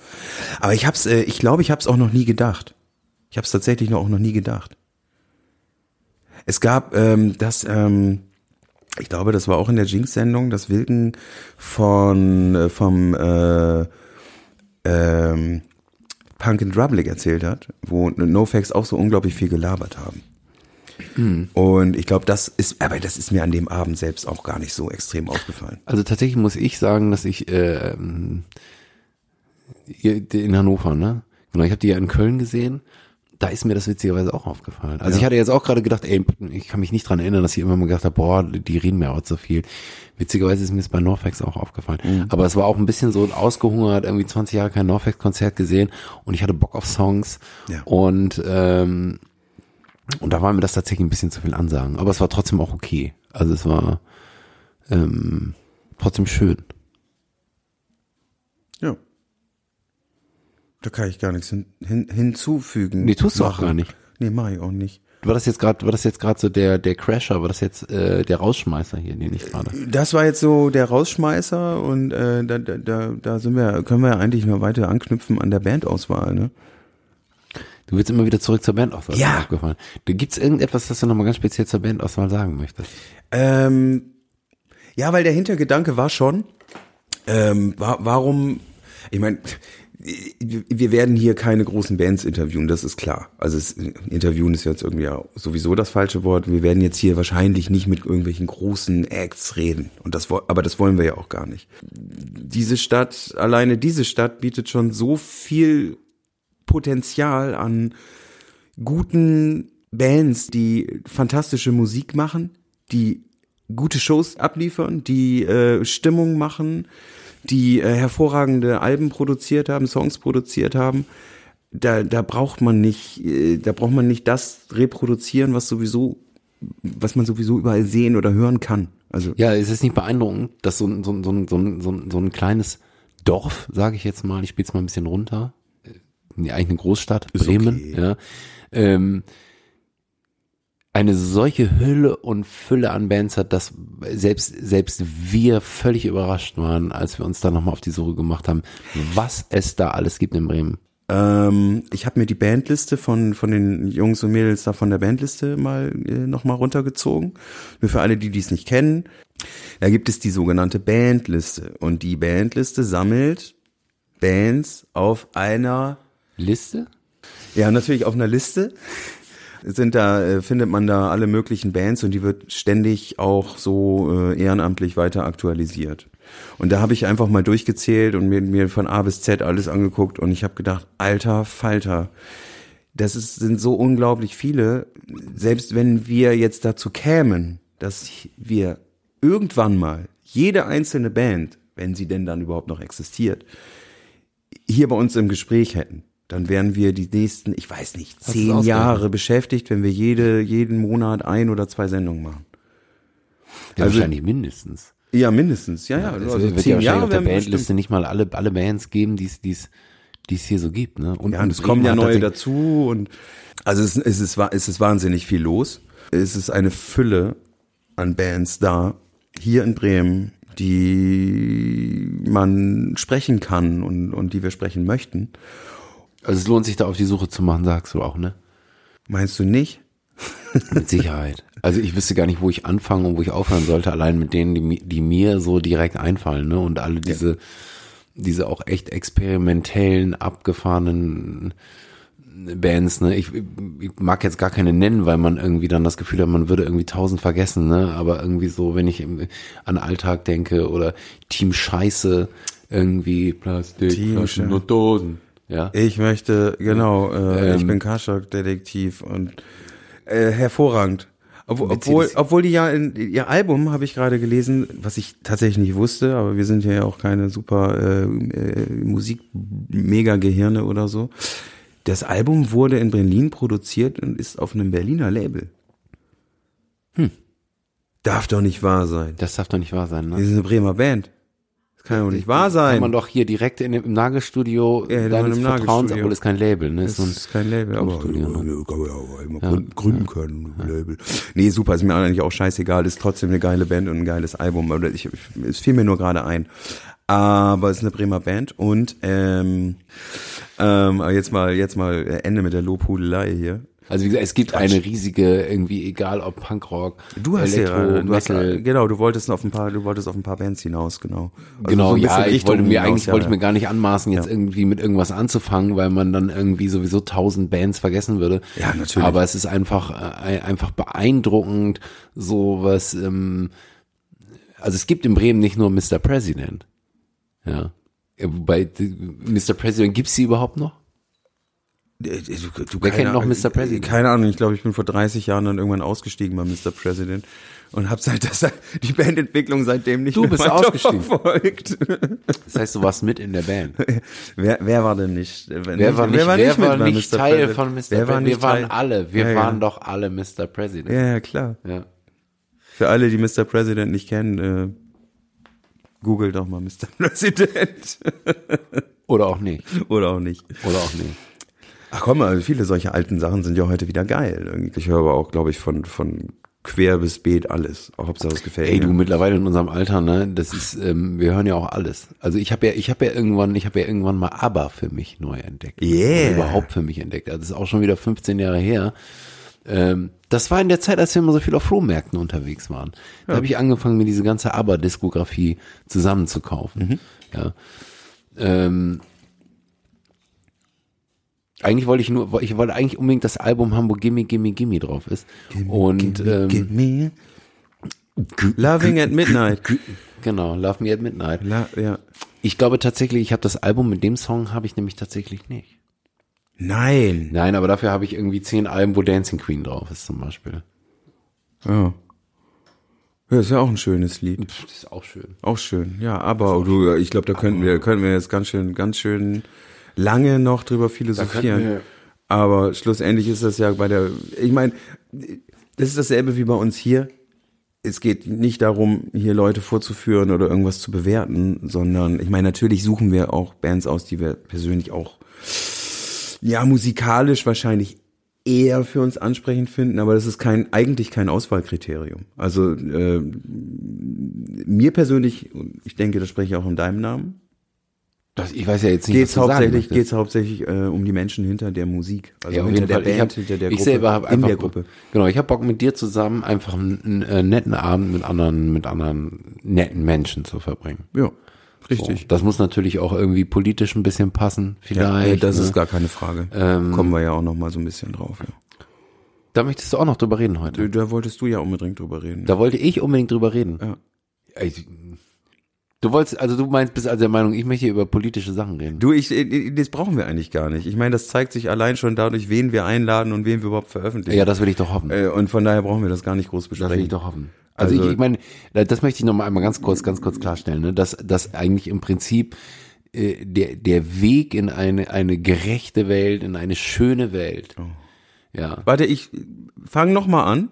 D: Aber ich hab's, äh, ich glaube, ich habe es auch noch nie gedacht. Ich habe es tatsächlich noch, auch noch nie gedacht. Es gab ähm, das, ähm, ich glaube, das war auch in der Jinx-Sendung, das Wilken von äh, vom äh, ähm, Punk and Drublic erzählt hat, wo NoFX auch so unglaublich viel gelabert haben. Und ich glaube, das ist, aber das ist mir an dem Abend selbst auch gar nicht so extrem aufgefallen.
F: Also tatsächlich muss ich sagen, dass ich äh, ähm, hier in Hannover, ne? Genau, ich habe die ja in Köln gesehen. Da ist mir das witzigerweise auch aufgefallen. Also ich hatte jetzt auch gerade gedacht, ey, ich kann mich nicht dran erinnern, dass ich immer mal gedacht habe, boah, die reden mir auch zu viel. Witzigerweise ist mir das bei Norfax auch aufgefallen. Aber es war auch ein bisschen so ausgehungert, irgendwie 20 Jahre kein Norfax-Konzert gesehen und ich hatte Bock auf Songs.
D: Ja.
F: Und ähm, und da war mir das tatsächlich ein bisschen zu viel Ansagen. Aber es war trotzdem auch okay. Also es war ähm, trotzdem schön.
D: Ja. Da kann ich gar nichts hin, hin, hinzufügen.
F: Nee, tust du auch
D: Machen.
F: gar nicht.
D: Nee, mach ich auch nicht.
F: War das jetzt gerade, war das jetzt gerade so der der Crasher, war das jetzt äh, der Rausschmeißer hier, den ich gerade?
D: Das war jetzt so der Rausschmeißer und äh, da, da, da, da sind wir, können wir ja eigentlich nur weiter anknüpfen an der Bandauswahl, ne?
F: Du willst immer wieder zurück zur Bandauswahl.
D: Ja.
F: Ist mir Aufgefallen. Da gibt's irgendetwas, das du nochmal ganz speziell zur Bandauswahl sagen möchtest?
D: Ähm, ja, weil der Hintergedanke war schon, ähm, wa warum, ich meine, wir werden hier keine großen Bands interviewen, das ist klar. Also es, interviewen ist jetzt irgendwie ja sowieso das falsche Wort. Wir werden jetzt hier wahrscheinlich nicht mit irgendwelchen großen Acts reden. Und das, wo- aber das wollen wir ja auch gar nicht. Diese Stadt, alleine diese Stadt bietet schon so viel Potenzial an guten Bands, die fantastische Musik machen, die gute Shows abliefern, die äh, Stimmung machen, die äh, hervorragende Alben produziert haben, Songs produziert haben. Da, da braucht man nicht, äh, da braucht man nicht das reproduzieren, was sowieso, was man sowieso überall sehen oder hören kann. Also
F: Ja, es ist nicht beeindruckend, dass so ein, so ein, so ein, so ein, so ein, so ein kleines Dorf, sage ich jetzt mal, ich spiel's mal ein bisschen runter, äh, ja, eigentlich eine Großstadt,
D: Ist
F: Bremen,
D: okay.
F: ja, ähm, eine solche Hülle und Fülle an Bands hat, dass selbst, selbst wir völlig überrascht waren, als wir uns da nochmal auf die Suche gemacht haben, was es da alles gibt in Bremen.
D: Ähm, ich habe mir die Bandliste von, von den Jungs und Mädels da von der Bandliste mal äh, nochmal runtergezogen. Nur für alle, die dies nicht kennen, da gibt es die sogenannte Bandliste. Und die Bandliste sammelt Bands auf einer
F: Liste?
D: ja, natürlich auf einer Liste sind da äh, findet man da alle möglichen Bands und die wird ständig auch so äh, ehrenamtlich weiter aktualisiert. Und da habe ich einfach mal durchgezählt und mir, mir von A bis Z alles angeguckt und ich habe gedacht, alter Falter, das ist, sind so unglaublich viele, selbst wenn wir jetzt dazu kämen, dass wir irgendwann mal jede einzelne Band, wenn sie denn dann überhaupt noch existiert, hier bei uns im Gespräch hätten, dann wären wir die nächsten, ich weiß nicht,
F: du
D: zehn
F: ausgerechnet?
D: Jahre beschäftigt, wenn wir jede, jeden Monat ein oder zwei Sendungen machen.
F: Ja,
D: Also-
F: wahrscheinlich mindestens.
D: Ja, mindestens, ja, ja.
F: Es wird
D: also
F: ja
D: zehn
F: wahrscheinlich
D: Jahre
F: auf der
D: werden wir bestimmt-
F: Bandliste nicht mal alle, alle Bands geben, die es- die es die es hier so gibt. Ne? Und,
D: Ja, und es
F: Bremen
D: kommen ja
F: hat
D: neue
F: tatsächlich-
D: dazu und also es, es, ist, wa- es ist wahnsinnig viel los. Es ist eine Fülle an Bands da, hier in Bremen, die man sprechen kann und, und die wir sprechen möchten.
F: Also es lohnt sich da auf die Suche zu machen, sagst du auch, ne?
D: Meinst du nicht?
F: Mit Sicherheit. Also ich wüsste gar nicht, wo ich anfangen und wo ich aufhören sollte, allein mit denen, die, mi- die mir so direkt einfallen, ne? Und alle diese, diese auch echt experimentellen, abgefahrenen Bands, ne? Ich, ich mag jetzt gar keine nennen, weil man irgendwie dann das Gefühl hat, man würde irgendwie tausend vergessen, ne? Aber irgendwie so, wenn ich im, an Alltag denke oder Team Scheiße, irgendwie Plastik,
D: Team Scheiße.
F: und Dosen. Ja.
D: Ich möchte, genau, äh, ich
F: Ähm.
D: bin Karschak-Detektiv und äh, hervorragend. Ob, obwohl,
F: Beziehungs-
D: obwohl die ja in, ihr Album habe ich gerade gelesen, was ich tatsächlich nicht wusste, aber wir sind ja auch keine super äh, äh, Musik-Mega-Gehirne oder so. Das Album wurde in Berlin produziert und ist auf einem Berliner Label. Hm.
F: Hm.
D: Darf doch nicht wahr sein.
F: Das darf doch nicht wahr sein, ne?
D: Wir sind eine Bremer Band. Das kann doch nicht wahr Ah, sein.
F: Kann man doch hier direkt in dem, im Nagelstudio
D: Ja, hätte man
F: deines
D: im
F: Vertrauens,
D: Nagelstudio.
F: obwohl es kein Label ne? ist.
D: Das
F: So ein,
D: ist kein Label, aber kann
F: Tonstudio,
D: man ja auch immer gründen, gründen können, Label. Nee, super, ist mir eigentlich auch scheißegal, ist trotzdem eine geile Band und ein geiles Album. Oder ich, ich, es fiel mir nur gerade ein. Aber es ist eine Bremer Band und ähm, ähm, aber jetzt mal jetzt mal äh, Ende mit der Lobhudelei hier.
F: also wie gesagt, es gibt eine riesige, irgendwie egal ob Punkrock,
D: Du hast
F: Elektro,
D: ja, du hast,
F: Metal,
D: genau, du wolltest auf ein paar, du wolltest auf ein paar Bands hinaus, genau. Also
F: Genau,
D: so ein bisschen
F: ja, ich
D: Richtung
F: wollte mir
D: hinaus,
F: eigentlich
D: ja,
F: wollte ich
D: ja.
F: mir gar nicht anmaßen, jetzt
D: Ja.
F: irgendwie mit irgendwas anzufangen, weil man dann irgendwie sowieso tausend Bands vergessen würde.
D: Ja, natürlich.
F: Aber es ist einfach äh, einfach beeindruckend, so was. Ähm, also es gibt in Bremen nicht nur Mr. President. Ja, Ja, wobei die- Mr. President gibt's sie überhaupt noch?
D: Äh, Du, du,
F: Wer
D: keine
F: kennt noch
D: Ahnung, äh,
F: Mr. President?
D: Keine Ahnung, ich glaube, ich bin vor 30 Jahren dann irgendwann ausgestiegen bei Mr. President und habe seit <laughs> das, die Bandentwicklung seitdem nicht
F: Du
D: mehr
F: bist
D: weiter
F: ausgestiegen.
D: verfolgt.
F: Das heißt, du warst mit in der
D: <laughs>
F: Band.
D: Wer, wer war denn nicht? äh, Wer,
F: Wer war nicht, wer
D: mit
F: war
D: bei
F: nicht Teil
D: President?
F: von Mr.
D: Wer war
F: President?
D: nicht
F: Wir waren
D: Teil?
F: alle, wir
D: ja,
F: waren
D: ja.
F: doch alle Mr. President.
D: Ja, ja, klar.
F: ja.
D: Für alle, die Mr. President nicht kennen, äh, googelt doch mal Mr. <laughs> President.
F: Oder auch nicht.
D: Oder auch nicht.
F: Oder auch nicht.
D: Ach komm, also viele solche alten Sachen sind ja heute wieder geil. Ich höre aber auch, glaube ich, von, von quer bis beet alles. Auch Hauptsache es gefällt
F: Ey,
D: mir.
F: du mittlerweile in unserem Alter, ne? Das ist, ähm, wir hören ja auch alles. Also ich habe ja, ich habe ja irgendwann, ich habe ja irgendwann mal ABBA für mich neu entdeckt.
D: Yeah.
F: Oder Überhaupt für mich entdeckt. Also das ist auch schon wieder 15 Jahre her. Ähm, das war in der Zeit, als wir immer so viel auf Flohmärkten unterwegs waren. Da habe ich angefangen, mir diese ganze ABBA-Diskografie zusammenzukaufen. Ja. Ähm, eigentlich wollte ich nur, ich wollte eigentlich unbedingt das Album haben, wo Gimme, Gimme, Gimme drauf ist. Und ähm,
D: Give me Loving at Midnight.
F: genau, Love Me at Midnight.
D: La ja.
F: Ich glaube tatsächlich, ich habe das Album mit dem Song habe ich nämlich tatsächlich nicht.
D: Nein.
F: Nein, aber dafür habe ich irgendwie zehn Alben, wo Dancing Queen drauf ist zum Beispiel.
D: Ja. Oh. ja, ist ja auch ein schönes Lied.
F: Das ist auch schön.
D: Auch schön. Ja, aber du, ich glaube, da könnten wir, könnten wir jetzt ganz schön, ganz schön lange noch drüber
F: könnten
D: philosophieren.
F: wir-
D: Aber schlussendlich ist das ja bei der, ich meine, das ist dasselbe wie bei uns hier. Es geht nicht darum, hier Leute vorzuführen oder irgendwas zu bewerten, sondern ich meine, natürlich suchen wir auch Bands aus, die wir persönlich auch ja, musikalisch wahrscheinlich eher für uns ansprechend finden, aber das ist kein, eigentlich kein Auswahlkriterium. Also äh, mir persönlich, und ich denke, das spreche ich auch in deinem Namen,
F: Das, ich weiß ja jetzt nicht,
D: geht es
F: was du sagen
D: hauptsächlich,
F: möchtest.
D: geht's hauptsächlich äh, um die Menschen hinter der Musik, also
F: Ja, auf
D: hinter
F: jeden
D: der
F: Fall. Ich,
D: Band,
F: hab,
D: hinter der
F: ich
D: Gruppe,
F: selber habe
D: in
F: einfach
D: der Gruppe.
F: Genau, ich habe Bock mit dir zusammen einfach einen, einen äh, netten Abend mit anderen mit anderen netten Menschen zu verbringen.
D: Ja,
F: So. Das muss natürlich auch irgendwie politisch ein bisschen passen,
D: Ja,
F: vielleicht.
D: ja, das
F: ne?
D: ist gar keine Frage.
F: Ähm,
D: Kommen wir ja auch noch mal so ein bisschen drauf. Ja.
F: da möchtest du auch noch drüber reden heute.
D: Da, da wolltest du ja unbedingt drüber reden.
F: Da wollte ich unbedingt drüber reden.
D: Ja.
F: Ich, du wolltest, also du meinst, bist also der Meinung, ich möchte hier über politische Sachen reden.
D: Du, ich, äh, ich- das brauchen wir eigentlich gar nicht. Ich meine, das zeigt sich allein schon dadurch, wen wir einladen und wen wir überhaupt veröffentlichen.
F: ja, das will ich doch hoffen.
D: Äh, Und von daher brauchen wir das gar nicht groß
F: Das will
D: besprechen.
F: ich doch hoffen. Also,
D: Also-
F: ich, ich meine, das möchte ich nochmal einmal ganz kurz, ganz kurz klarstellen, ne? dass, dass eigentlich im Prinzip äh, der, der Weg in eine, eine gerechte Welt, in eine schöne Welt. Ja.
D: Oh. Warte, ich fange nochmal an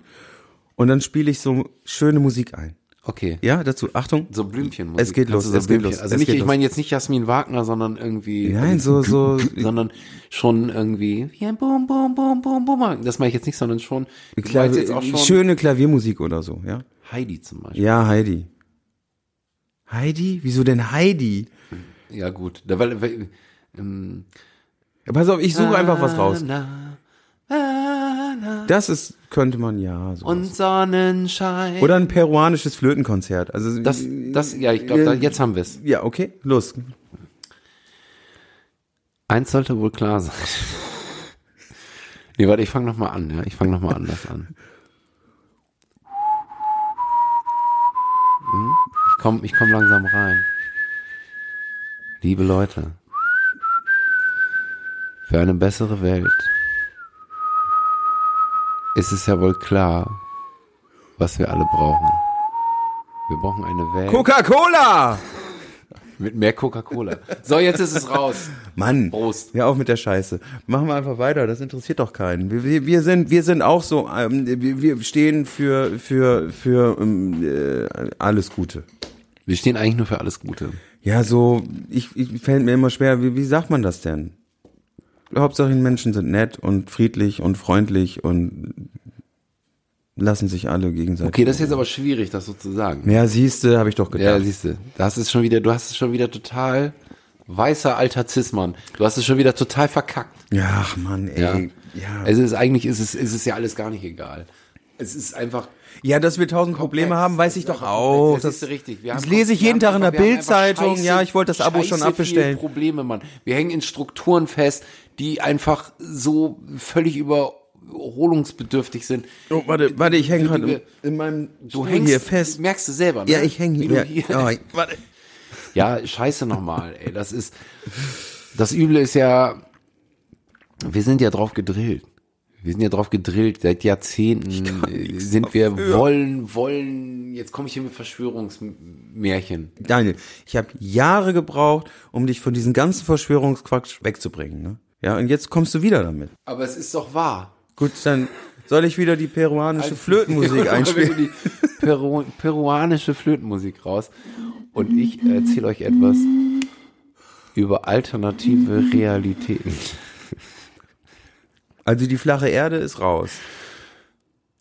D: und dann spiele ich so schöne Musik ein.
F: Okay.
D: Ja, dazu. Achtung.
F: So Blümchen.
D: Es geht los,
F: Also, so
D: es geht
F: Blümchen.
D: los,
F: also
D: es
F: nicht,
D: geht
F: ich
D: los.
F: meine jetzt nicht Jasmin Wagner, sondern irgendwie.
D: Nein, so, so.
F: <laughs> sondern schon irgendwie wie ein Boom, Boom, Boom, Boom, Boom. Das mache ich jetzt nicht, sondern schon. Du
D: Klavi-
F: meinst jetzt auch schon
D: Schöne Klaviermusik oder so, ja?
F: Heidi zum Beispiel.
D: Ja, Heidi. Heidi? Wieso denn Heidi?
F: Ja, gut. Da, weil, weil, ähm,
D: Ja, pass auf, ich suche
F: Ah.
D: einfach was raus.
F: Na, na, na.
D: Das ist, könnte man ja so.
F: Und Sonnenschein.
D: Oder ein peruanisches Flötenkonzert. Also
F: das, das, ja, ich glaube, jetzt haben wir es.
D: Ja, okay, los.
F: Eins sollte wohl klar sein. nee, warte, ich fange nochmal an, ja. Ich fange nochmal anders an. Hm? Ich komme ich komm langsam rein. Liebe Leute, für eine bessere Welt ist es ja wohl klar, was wir alle brauchen. Wir brauchen eine Welt
D: Coca-Cola!
F: mit mehr Coca-Cola. So, jetzt ist es raus.
D: Mann.
F: Prost.
D: Ja, auf mit der Scheiße. Machen wir einfach weiter, das interessiert doch keinen. Wir, wir, wir, sind, wir sind auch so, ähm, wir, wir stehen für, für, für ähm, äh, alles Gute.
F: Wir stehen eigentlich nur für alles Gute.
D: Ja, so, Also, ich, ich fällt mir immer schwer, wie, wie sagt man das denn? Hauptsache, die Menschen sind nett und friedlich und freundlich und lassen sich alle gegenseitig.
F: Okay, das ist jetzt aber schwierig, das so zu sagen.
D: Ja, siehste, habe ich doch
F: Ja,
D: gedacht.
F: siehst du, das ist schon wieder, du hast es schon wieder total weißer alter Zismann. Du hast es schon wieder total verkackt.
D: Ja, ach Mann, ey. Ja, ja.
F: Es ist eigentlich ist es ist es ja alles gar nicht egal. Es ist einfach
D: dass wir tausend Probleme
F: komplex.
D: haben, weiß ich doch auch.
F: Das, ist richtig. Wir
D: das
F: haben-
D: lese ich
F: wir
D: jeden
F: haben
D: Tag in der
F: einfach- wir haben einfach
D: Bildzeitung.
F: scheiße-
D: Ja, ich wollte das Abo schon
F: scheiße viele
D: abbestellen.
F: Probleme, Mann. Wir hängen in Strukturen fest, die einfach so völlig überholungsbedürftig sind.
D: Oh, warte, warte, ich hänge
F: Für die
D: gerade
F: wir-
D: in meinem
F: Du
D: Stuhl
F: hängst
D: hier fest.
F: Merkst du selber, ne?
D: Ja, ich hänge
F: Wie du
D: hier. Ja, oh, warte.
F: Ja, scheiße nochmal, ey. Das ist, das Üble ist ja, wir sind ja drauf gedrillt. Wir sind ja drauf gedrillt. Seit Jahrzehnten äh, sind wir wollen, wollen, jetzt komme ich hier mit Verschwörungsmärchen.
D: Daniel, ich habe Jahre gebraucht, um dich von diesem ganzen Verschwörungsquatsch wegzubringen. Ne? Ja, und jetzt kommst du wieder damit.
F: Aber es ist doch wahr.
D: Gut, dann soll ich wieder die
F: <laughs>
D: peruanische <laughs> Flötenmusik
F: einspielen.
D: einspielen.
F: Die Peru peruanische Flötenmusik raus. Und ich erzähle euch etwas über alternative Realitäten.
D: Also die flache Erde ist raus.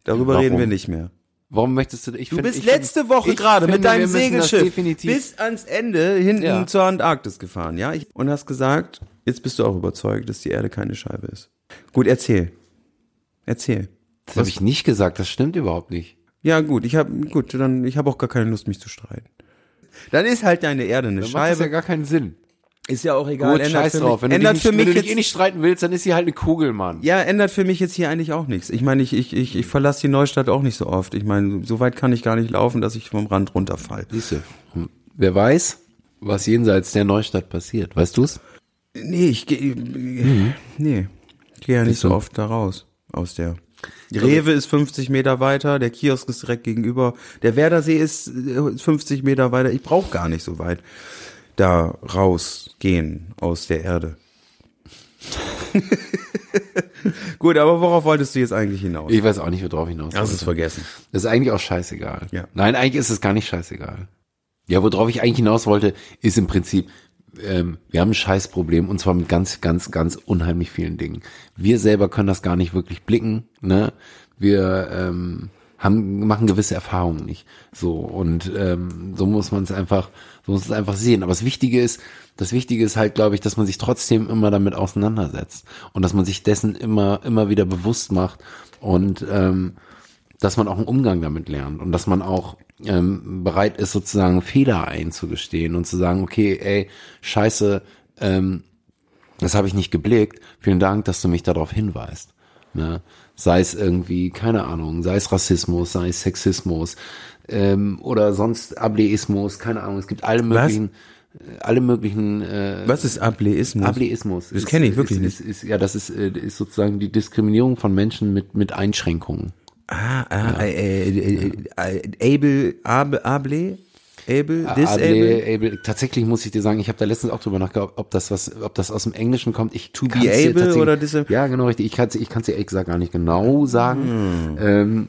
D: Darüber
F: Warum?
D: reden wir nicht mehr.
F: Warum möchtest du? Ich
D: Du
F: find-
D: bist
F: ich find-
D: letzte Woche
F: ich
D: gerade mit
F: finde,
D: deinem
F: wir müssen das
D: Segelschiff
F: definitiv-
D: bis ans Ende hinten
F: Ja.
D: zur Antarktis gefahren, ja? Ich- Und hast gesagt, jetzt bist du auch überzeugt, dass die Erde keine Scheibe ist. Gut, erzähl. Erzähl.
F: Das habe ich nicht gesagt, das stimmt überhaupt nicht.
D: Ja, gut, ich habe gut, dann ich habe auch gar keine Lust mich zu streiten. Dann ist halt deine Erde eine
F: Dann macht das
D: Scheibe.
F: ja gar keinen Sinn.
D: ist ja auch egal,
F: Gut,
D: ändert
F: scheiß
D: für
F: drauf. Wenn
D: mich,
F: du, dich
D: ändert
F: nicht,
D: für
F: wenn
D: mich
F: du dich eh
D: jetzt
F: nicht streiten willst, dann ist sie halt eine Kugel, Mann.
D: ja, ändert für mich jetzt hier eigentlich auch nichts. Ich meine, ich, ich, ich, ich verlasse die Neustadt auch nicht so oft. Ich meine, so weit kann ich gar nicht laufen, dass ich vom Rand runterfall.
F: Siehst du. Hm. Wer weiß, was jenseits der Neustadt passiert. Weißt du's?
D: Nee, ich gehe. Nee. Ich gehe ja nicht Mhm. so oft da raus. Aus der. Also Die Rewe ist 50 Meter weiter, der Kiosk ist direkt gegenüber, der Werdersee ist äh, 50 Meter weiter. Ich brauche gar nicht so weit da rausgehen aus der Erde. <laughs> Gut, aber worauf wolltest du jetzt eigentlich hinaus?
F: Ich weiß auch nicht, worauf ich hinaus
D: Hast es
F: wollte.
D: vergessen.
F: Das ist eigentlich auch scheißegal.
D: Ja.
F: Nein, eigentlich ist es gar nicht scheißegal. Ja, worauf ich eigentlich hinaus wollte, ist im Prinzip, ähm, wir haben ein Scheißproblem und zwar mit ganz, ganz, ganz unheimlich vielen Dingen. Wir selber können das gar nicht wirklich blicken. Ne? Wir ähm, haben, machen gewisse Erfahrungen nicht. So und ähm, so muss man es einfach, so muss es einfach sehen. Aber das Wichtige ist, das Wichtige ist halt, glaube ich, dass man sich trotzdem immer damit auseinandersetzt und dass man sich dessen immer, immer wieder bewusst macht und ähm, dass man auch einen Umgang damit lernt und dass man auch ähm, bereit ist, sozusagen Fehler einzugestehen und zu sagen, okay, ey, scheiße, ähm, das habe ich nicht geblickt. Vielen Dank, dass du mich darauf hinweist. Ne? Sei es irgendwie, keine Ahnung, sei es Rassismus, sei es Sexismus ähm, oder sonst Ableismus, keine Ahnung. Es gibt alle möglichen, äh, alle möglichen äh,
D: Was ist Ableismus?
F: Ableismus.
D: Das
F: ist-
D: kenne ich wirklich
F: ist,
D: nicht.
F: Ist, ist, ja, das ist, äh, ist sozusagen die Diskriminierung von Menschen mit, mit Einschränkungen.
D: Ah, ah, äh, äh, äh, äh, able, able, able, Ah, able,
F: Able,
D: disable.
F: able, ah, tatsächlich muss ich dir sagen, ich habe da letztens auch drüber nachgedacht, ob das was, ob das aus dem Englischen kommt. Ich to
D: be able oder disable?
F: Ja, genau richtig. Ich kann es ich kann's dir ehrlich gesagt gar nicht genau sagen.
D: Hm.
F: Ähm,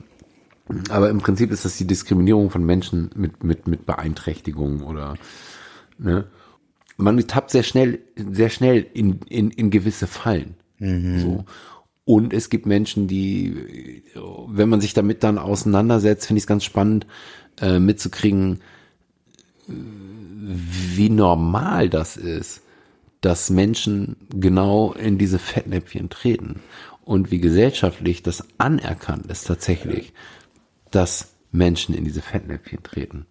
F: aber im Prinzip ist das die Diskriminierung von Menschen mit mit mit Beeinträchtigungen oder ne? Man tappt sehr schnell sehr schnell in in, in gewisse Fallen.
D: Mhm.
F: So. Und es gibt Menschen, die, wenn man sich damit dann auseinandersetzt, finde ich es ganz spannend äh, mitzukriegen, wie normal das ist, dass Menschen genau in diese Fettnäpfchen treten und wie gesellschaftlich das anerkannt ist tatsächlich, dass Menschen in diese Fettnäpfchen treten.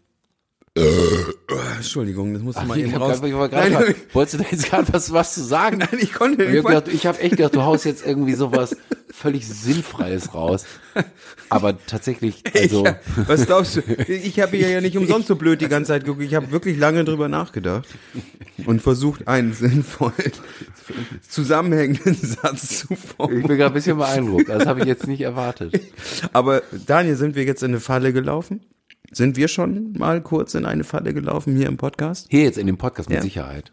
D: Entschuldigung, das musste mal
F: Ich
D: eben
F: hab
D: raus.
F: grad- ich hab grad
D: Nein,
F: mal- Wolltest du da jetzt gerade was, was zu sagen?
D: Nein, <laughs> ich konnte
F: Ich
D: nicht.
F: habe gedacht, ich hab echt gedacht, du haust jetzt irgendwie sowas völlig Sinnfreies raus. Aber
D: <laughs>
F: tatsächlich, also,
D: Ja, was glaubst du? Ich habe hier ja nicht umsonst so blöd die ganze Zeit geguckt. Ich habe wirklich lange drüber nachgedacht <laughs> und versucht, einen sinnvollen, zusammenhängenden <laughs> Satz zu
F: ich
D: formen.
F: bin gerade ein bisschen beeindruckt. Das habe ich jetzt nicht erwartet.
D: <laughs> Aber Daniel, sind wir jetzt in eine Falle gelaufen? Sind wir schon mal kurz in eine Falle gelaufen hier im Podcast?
F: Hier jetzt in dem Podcast mit
D: Ja.
F: Sicherheit.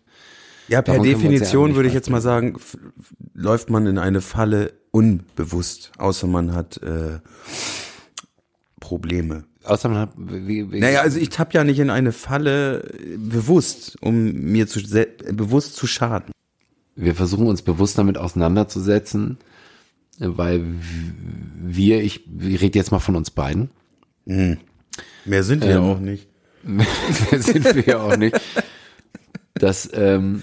D: Ja,
F: Davon
D: per
F: können wir uns ja
D: Definition
F: eigentlich
D: würde ich jetzt mal sagen, f- f- läuft man in eine Falle unbewusst, außer man hat äh, Probleme.
F: Außer man hat, wie, wie,
D: Naja, also ich tapp ja nicht in eine Falle äh, bewusst, um mir zu se- äh, bewusst zu schaden.
F: wir versuchen uns bewusst damit auseinanderzusetzen, weil w- wir, ich, ich rede jetzt mal von uns beiden, <laughs>
D: Mehr sind wir auch nicht.
F: das sind wir ja auch nicht, dass ähm,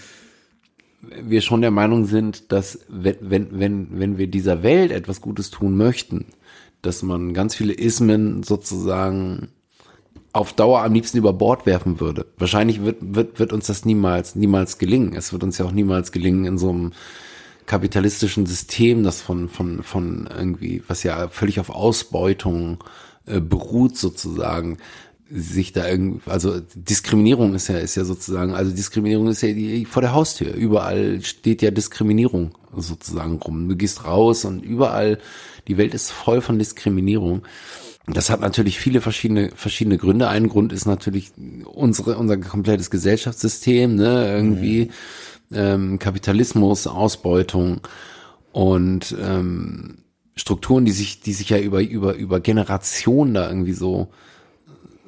F: wir schon der Meinung sind, dass wenn, wenn, wenn, wenn wir dieser Welt etwas Gutes tun möchten, dass man ganz viele Ismen sozusagen auf Dauer am liebsten über Bord werfen würde. Wahrscheinlich wird, wird, wird uns das niemals, niemals gelingen. Es wird uns ja auch niemals gelingen, in so einem kapitalistischen System, das von, von, von irgendwie, was ja völlig auf Ausbeutung äh, beruht sozusagen, sich da irgendwie, also Diskriminierung ist ja, ist ja sozusagen, also Diskriminierung ist ja die, vor der Haustür. Überall steht ja Diskriminierung sozusagen rum. Du gehst raus und überall, die Welt ist voll von Diskriminierung. Das hat natürlich viele verschiedene, verschiedene Gründe. Ein Grund ist natürlich unsere, unser komplettes Gesellschaftssystem, ne, irgendwie ähm, Kapitalismus, Ausbeutung und ähm, Strukturen, die sich, die sich ja über, über, über Generationen da irgendwie so,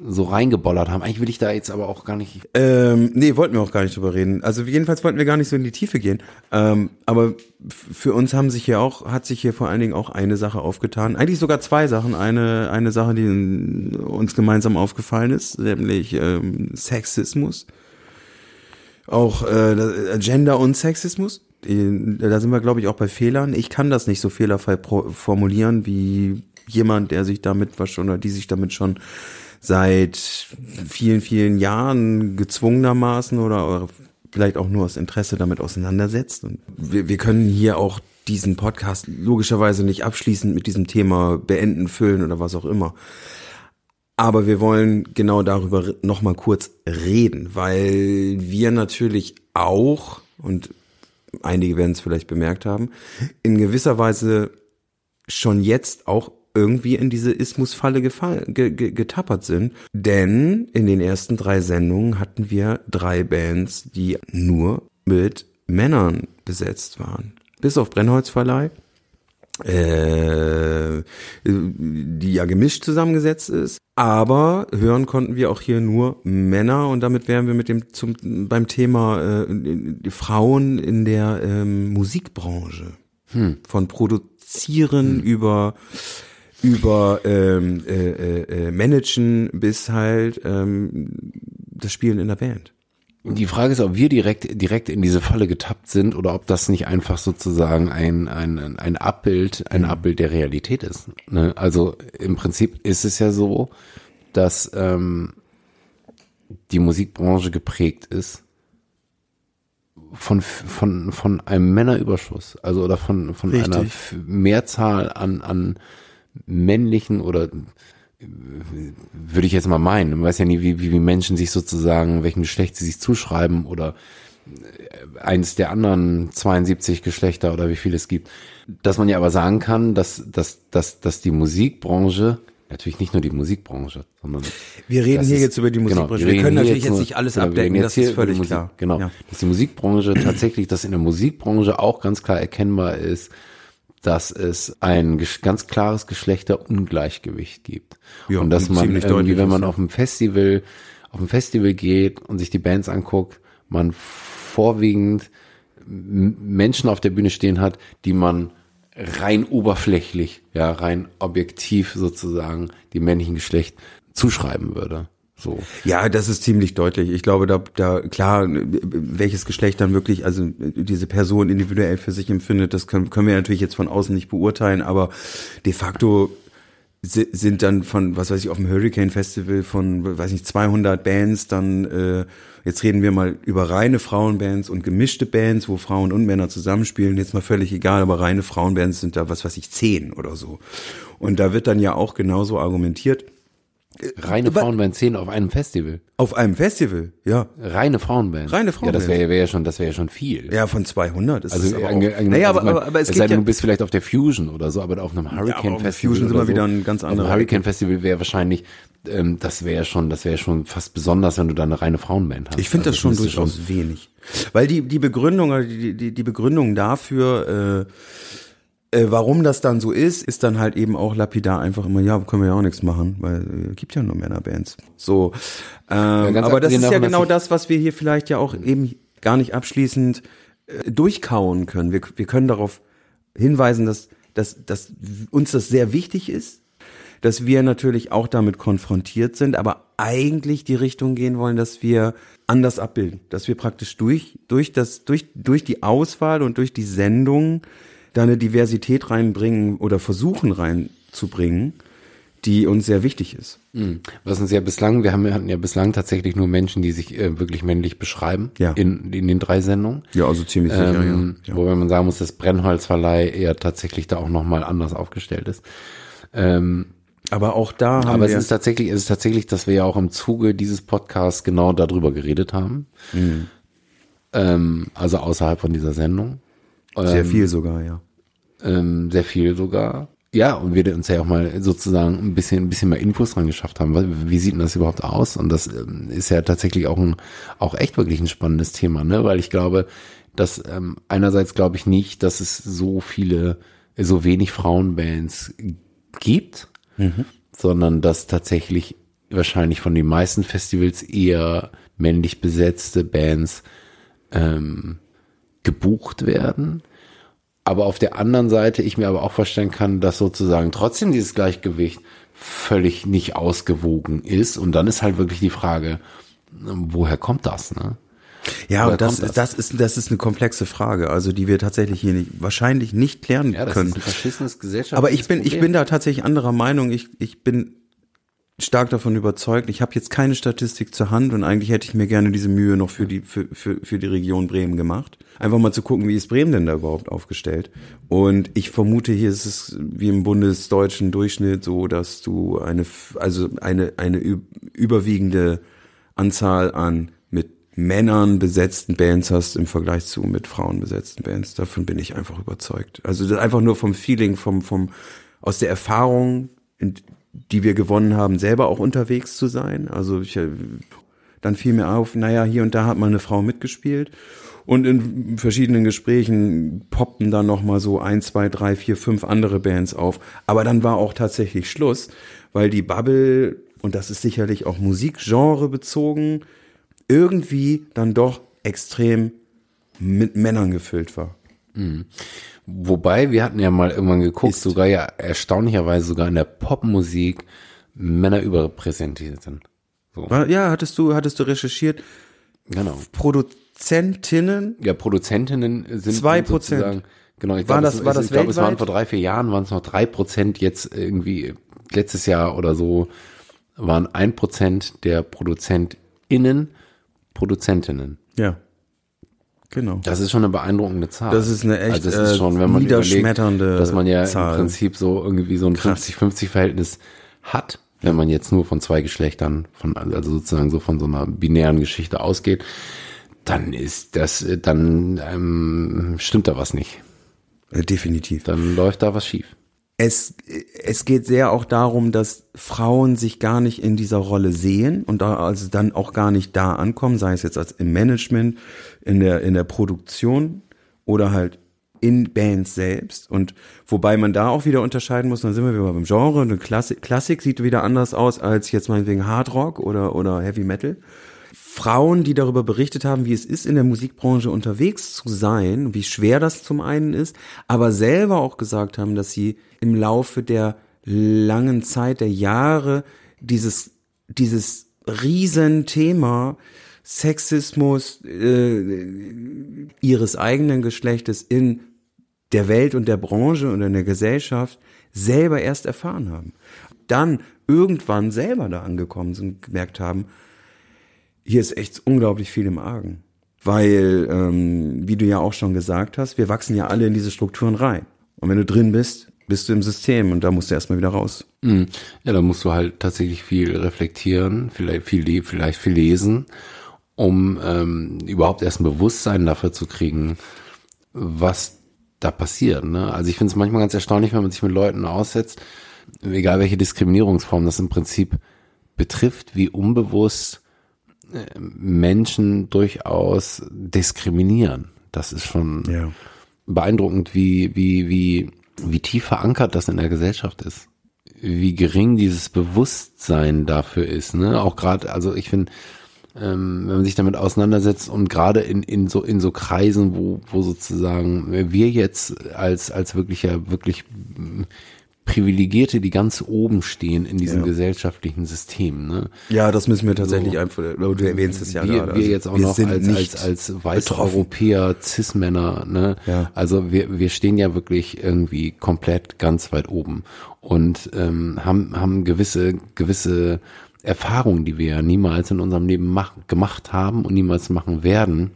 F: so reingebollert haben. Eigentlich will ich da jetzt aber auch gar nicht.
D: Ähm, nee, wollten wir auch gar nicht drüber reden. Also jedenfalls wollten wir gar nicht so in die Tiefe gehen. Ähm, aber f- für uns haben sich hier auch, hat sich hier vor allen Dingen auch eine Sache aufgetan. Eigentlich sogar zwei Sachen. Eine, eine Sache, die in- uns gemeinsam aufgefallen ist, nämlich ähm, Sexismus. Auch äh, das- Gender und Sexismus. Äh, Da sind wir, glaube ich, auch bei Fehlern. Ich kann das nicht so fehlerfrei pro- formulieren wie jemand, der sich damit was schon oder die sich damit schon seit vielen, vielen Jahren gezwungenermaßen oder, oder vielleicht auch nur aus Interesse damit auseinandersetzt. Und wir, wir können hier auch diesen Podcast logischerweise nicht abschließend mit diesem Thema beenden, füllen oder was auch immer. Aber wir wollen genau darüber nochmal kurz reden, weil wir natürlich auch, und einige werden es vielleicht bemerkt haben, in gewisser Weise schon jetzt auch irgendwie in diese Ismus-Falle gefall- ge ge getappert sind. Denn in den ersten drei Sendungen hatten wir drei Bands, die nur mit Männern besetzt waren. Bis auf Brennholzverleih äh, die ja gemischt zusammengesetzt ist. Aber hören konnten wir auch hier nur Männer und damit wären wir mit dem zum, beim Thema äh, Frauen in der ähm, Musikbranche. Von Produzieren über über ähm, äh, äh, äh, Managen bis halt ähm, das Spielen in der Band.
F: Die Frage ist, ob wir direkt, direkt in diese Falle getappt sind oder ob das nicht einfach sozusagen ein, ein, ein Abbild, ein Abbild der Realität ist. Ne? Also im Prinzip ist es ja so, dass ähm, die Musikbranche geprägt ist von, von, von einem Männerüberschuss, also oder von, von einer
D: Richtig.
F: F- Mehrzahl an, an männlichen oder würde ich jetzt mal meinen. Man weiß ja nie, wie, wie, wie Menschen sich sozusagen, welchem Geschlecht sie sich zuschreiben oder äh, eines der anderen 72 Geschlechter oder wie viel es gibt. Dass man ja aber sagen kann, dass, dass, dass, dass die Musikbranche, natürlich nicht nur die Musikbranche, sondern
D: Wir reden
F: das
D: hier
F: ist-
D: jetzt über die
F: genau,
D: Musikbranche. wir
F: reden
D: können
F: hier
D: natürlich jetzt,
F: nur-
D: nicht alles
F: genau, wir reden
D: abdecken,
F: jetzt
D: das
F: hier
D: ist
F: über die
D: völlig
F: Musik,
D: klar.
F: Genau,
D: Ja.
F: dass die Musikbranche tatsächlich, dass in der Musikbranche auch ganz klar erkennbar ist, dass es ein gesch- ganz klares Geschlechterungleichgewicht gibt.
D: Ja,
F: und dass
D: und
F: man
D: ziemlich
F: irgendwie,
D: deutlich
F: wenn man
D: ist, ja.
F: auf dem Festival, auf dem Festival geht und sich die Bands anguckt, man vorwiegend M- Menschen auf der Bühne stehen hat, die man rein oberflächlich, ja, rein objektiv sozusagen dem männlichen Geschlecht zuschreiben würde. So.
D: Ja, das ist ziemlich deutlich. Ich glaube, da, da klar, welches Geschlecht dann wirklich, also diese Person individuell für sich empfindet, das können, können wir natürlich jetzt von außen nicht beurteilen, aber de facto si- sind dann von, was weiß ich, auf dem Hurricane Festival von, weiß nicht, 200 Bands, dann äh, jetzt reden wir mal über reine Frauenbands und gemischte Bands, wo Frauen und Männer zusammenspielen, jetzt mal völlig egal, aber reine Frauenbands sind da, was weiß ich, 10 oder so. Und da wird dann ja auch genauso argumentiert.
F: Reine
D: Aber-
F: Frauenband 10 auf einem Festival.
D: Auf einem Festival, ja.
F: Reine Frauenband.
D: Reine
F: Ja, das
D: Frauenband.
F: wäre ja- wäre ja schon, das wäre ja schon viel.
D: Ja, von 200 ist
F: Also,
D: es aber
F: ange-
D: auch.
F: angenommen,
D: Naja,
F: also
D: aber,
F: man-
D: aber, aber es
F: sei
D: geht
F: denn,
D: ja,
F: du bist vielleicht auf der Fusion oder so, aber auf einem
D: aber auf
F: Hurricane
D: der
F: Festival.
D: Fusion sind
F: oder
D: wir
F: so.
D: wieder ein ganz
F: Auf einem
D: anderer-
F: Hurricane Festival wäre wahrscheinlich, ähm, das wäre schon, das wäre schon fast besonders, wenn du da eine reine Frauenband hast.
D: ich finde das
F: Also,
D: schon
F: müsste
D: durchaus wenig. Weil die, die Begründung, oder die, die, die Begründung dafür, äh, äh, warum das dann so ist, ist dann halt eben auch lapidar einfach immer, ja, können wir ja auch nichts machen, weil äh, gibt ja nur Männerbands. So. Ähm,
F: ganz
D: aber das
F: abgesehen
D: ist ja
F: davon, dass
D: genau
F: ich-
D: das, was wir hier vielleicht ja auch eben gar nicht abschließend äh, durchkauen können. Wir, wir können darauf hinweisen, dass, dass, dass uns das sehr wichtig ist, dass wir natürlich auch damit konfrontiert sind, aber eigentlich die Richtung gehen wollen, dass wir anders abbilden, dass wir praktisch durch, durch das, durch, durch die Auswahl und durch die Sendung da eine Diversität reinbringen oder versuchen reinzubringen, die uns sehr wichtig ist.
F: Was uns ja bislang, wir haben, wir hatten ja bislang tatsächlich nur Menschen, die sich äh, wirklich männlich beschreiben
D: Ja.
F: in, in den drei Sendungen.
D: Ja, also ziemlich sicher,
F: ähm,
D: ja.
F: Wobei man sagen muss, dass Brennholzverleih eher tatsächlich da auch nochmal anders aufgestellt ist.
D: Aber auch da haben
F: Aber es
D: wir
F: ist halt, tatsächlich, es ist tatsächlich, dass wir ja auch im Zuge dieses Podcasts genau darüber geredet haben.
D: Mhm.
F: Ähm, also außerhalb von dieser Sendung.
D: sehr viel sogar, ja.
F: ähm, sehr viel sogar. Ja, und wir uns ja auch mal sozusagen ein bisschen, ein bisschen mehr Infos dran geschafft haben. Weil, Wie sieht denn das überhaupt aus? Und das ähm, ist ja tatsächlich auch ein, auch echt wirklich ein spannendes Thema, ne? Weil ich glaube, dass ähm, einerseits glaube ich nicht, dass es so viele, so wenig Frauenbands gibt, sondern dass tatsächlich wahrscheinlich von den meisten Festivals eher männlich besetzte Bands ähm, gebucht werden. Aber auf der anderen Seite ich mir aber auch vorstellen kann, dass sozusagen trotzdem dieses Gleichgewicht völlig nicht ausgewogen ist. Und dann ist halt wirklich die Frage, ähm, woher kommt das? Ne?
D: Ja,
F: Woher
D: und das,
F: kommt das?
D: das? ist, das ist eine komplexe Frage, also die wir tatsächlich hier nicht, wahrscheinlich nicht klären können.
F: verschissenes Gesellschaft.
D: Aber ich bin, ich bin da tatsächlich anderer Meinung. Ich, ich bin stark davon überzeugt. Ich habe jetzt keine Statistik zur Hand und eigentlich hätte ich mir gerne diese Mühe noch für die, für, für, für die Region Bremen gemacht. Einfach mal zu gucken, wie ist Bremen denn da überhaupt aufgestellt. Und ich vermute, hier ist es wie im bundesdeutschen Durchschnitt so, dass du eine, f- also eine, eine ü- überwiegende Anzahl an mit Männern besetzten Bands hast im Vergleich zu mit Frauen besetzten Bands. Davon bin ich einfach überzeugt. Also das einfach nur vom Feeling, vom, vom, aus der Erfahrung, in, die wir gewonnen haben, selber auch unterwegs zu sein. Also ich, äh, dann fiel mir auf, naja, hier und da hat mal eine Frau mitgespielt. Und in verschiedenen Gesprächen poppten dann nochmal so ein, zwei, drei, vier, fünf andere Bands auf. Aber dann war auch tatsächlich Schluss, weil die Bubble, und das ist sicherlich auch Musikgenre bezogen, irgendwie dann doch extrem mit Männern gefüllt war.
F: Wobei, wir hatten ja mal irgendwann geguckt,
D: Ist.
F: sogar ja erstaunlicherweise sogar in der Popmusik Männer überrepräsentiert sind. So,
D: War, ja, hattest du, hattest du recherchiert,
F: genau.
D: Produzentinnen,
F: Ja, Produzentinnen sind
D: Zwei Prozent.
F: sozusagen- Genau, ich
D: War
F: glaube,
D: das-
F: es,
D: war
F: ich,
D: das
F: ich glaube, es waren
D: weltweit?
F: vor drei, vier Jahren waren es noch drei Prozent, jetzt irgendwie letztes Jahr oder so waren ein Prozent der ProduzentInnen Produzentinnen.
D: ja, genau.
F: Das ist schon eine beeindruckende Zahl.
D: Das ist eine echt,
F: also das ist
D: äh,
F: schon, wenn man
D: niederschmetternde
F: überlegt, dass man ja
D: Zahl.
F: im Prinzip so irgendwie so ein 50-50 Verhältnis hat, wenn man jetzt nur von zwei Geschlechtern, von also sozusagen so von so einer binären Geschichte ausgeht, dann ist das, äh, dann ähm, stimmt da was nicht.
D: Äh, definitiv.
F: Dann läuft da was schief.
D: es, es geht sehr auch darum, dass Frauen sich gar nicht in dieser Rolle sehen und da also dann auch gar nicht da ankommen, sei es jetzt als im Management, in der, in der Produktion oder halt in Bands selbst. Und wobei man da auch wieder unterscheiden muss, dann sind wir wieder beim Genre. Eine Klassik, Klassik sieht wieder anders aus als jetzt meinetwegen Hard Rock oder, oder Heavy Metal. Frauen, die darüber berichtet haben, wie es ist, in der Musikbranche unterwegs zu sein, wie schwer das zum einen ist, aber selber auch gesagt haben, dass sie im Laufe der langen Zeit, der Jahre, dieses, dieses Riesenthema Sexismus äh, ihres eigenen Geschlechtes in der Welt und der Branche und in der Gesellschaft selber erst erfahren haben. Dann irgendwann selber da angekommen sind und gemerkt haben, hier ist echt unglaublich viel im Argen. Weil, ähm, wie du ja auch schon gesagt hast, wir wachsen ja alle in diese Strukturen rein. Und wenn du drin bist, bist du im System und da musst du erstmal wieder raus.
F: Mhm. Ja, da musst du halt tatsächlich viel reflektieren, vielleicht viel, le- vielleicht viel lesen, um ähm, überhaupt erst ein Bewusstsein dafür zu kriegen, was da passiert. Ne? Also ich finde es manchmal ganz erstaunlich, wenn man sich mit Leuten aussetzt, egal welche Diskriminierungsform das im Prinzip betrifft, wie unbewusst äh, Menschen durchaus diskriminieren. Das ist schon
D: Ja.
F: beeindruckend, wie, wie, wie, wie tief verankert das in der Gesellschaft ist. Wie gering dieses Bewusstsein dafür ist. Ne? Auch gerade, also ich finde, ähm, wenn man sich damit auseinandersetzt und gerade in, in so in so Kreisen, wo, wo sozusagen wir jetzt als, als wirklicher, wirklich mm, Privilegierte, die ganz oben stehen in diesem
D: Ja.
F: gesellschaftlichen System, ne?
D: Ja, das müssen wir tatsächlich einfach, du erwähnst es ja
F: wir,
D: gerade.
F: wir
D: Also
F: jetzt auch noch als, als, als weiße
D: betroffen.
F: Europäer, Cis-Männer, ne?
D: Ja.
F: Also wir, wir stehen ja wirklich irgendwie komplett ganz weit oben und ähm, haben, haben gewisse, gewisse Erfahrungen, die wir ja niemals in unserem Leben mach, gemacht haben und niemals machen werden.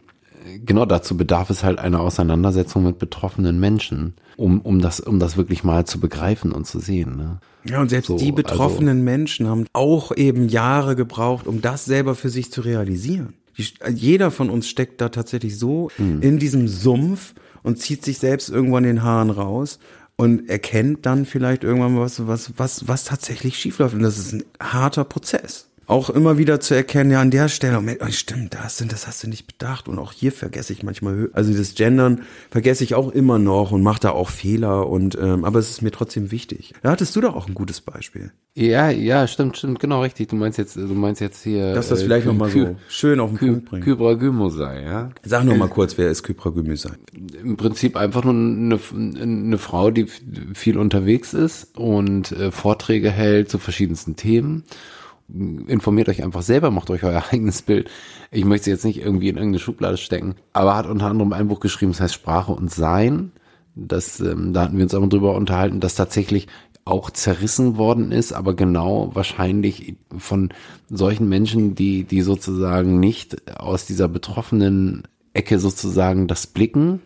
F: Genau dazu bedarf es halt einer Auseinandersetzung mit betroffenen Menschen, um, um, das, um das wirklich mal zu begreifen und zu sehen. Ne?
D: Ja, und selbst
F: So,
D: die betroffenen Menschen haben auch eben Jahre gebraucht, um das selber für sich zu realisieren.
E: äh,
D: Die, jeder von uns steckt da tatsächlich so
F: Hm.
D: in diesem Sumpf und zieht sich selbst irgendwann den Haaren raus und erkennt dann vielleicht irgendwann mal was, was, was, was tatsächlich schiefläuft. Und das ist ein harter Prozess. Auch immer wieder zu erkennen, ja, an der Stelle, oh, Mensch, stimmt, das, sind, das hast du nicht bedacht. Und auch hier vergesse ich manchmal, hö- also das Gendern vergesse ich auch immer noch und mache da auch Fehler. Und ähm, aber es ist mir trotzdem wichtig. Da hattest du doch auch ein gutes Beispiel.
F: Ja, ja, stimmt, stimmt, genau richtig. Du meinst jetzt, du meinst jetzt hier. äh,
D: Dass das vielleicht noch mal so Äh, schön auf den
F: Kü
D: Punkt bringt.
F: Kybra Gymosei, ja.
D: Sag nur mal kurz, wer ist Kypra Gemüse?
F: Im Prinzip einfach nur eine, eine Frau, die viel unterwegs ist und äh, Vorträge hält zu verschiedensten Themen. Informiert euch einfach selber, macht euch euer <laughs> eigenes Bild. Ich möchte sie jetzt nicht irgendwie in irgendeine Schublade stecken, aber hat unter anderem ein Buch geschrieben, das heißt Sprache und Sein. Das, ähm, da hatten wir uns auch mal drüber unterhalten, dass tatsächlich auch zerrissen worden ist, aber genau wahrscheinlich von solchen Menschen, die, die sozusagen nicht aus dieser betroffenen Ecke sozusagen das blicken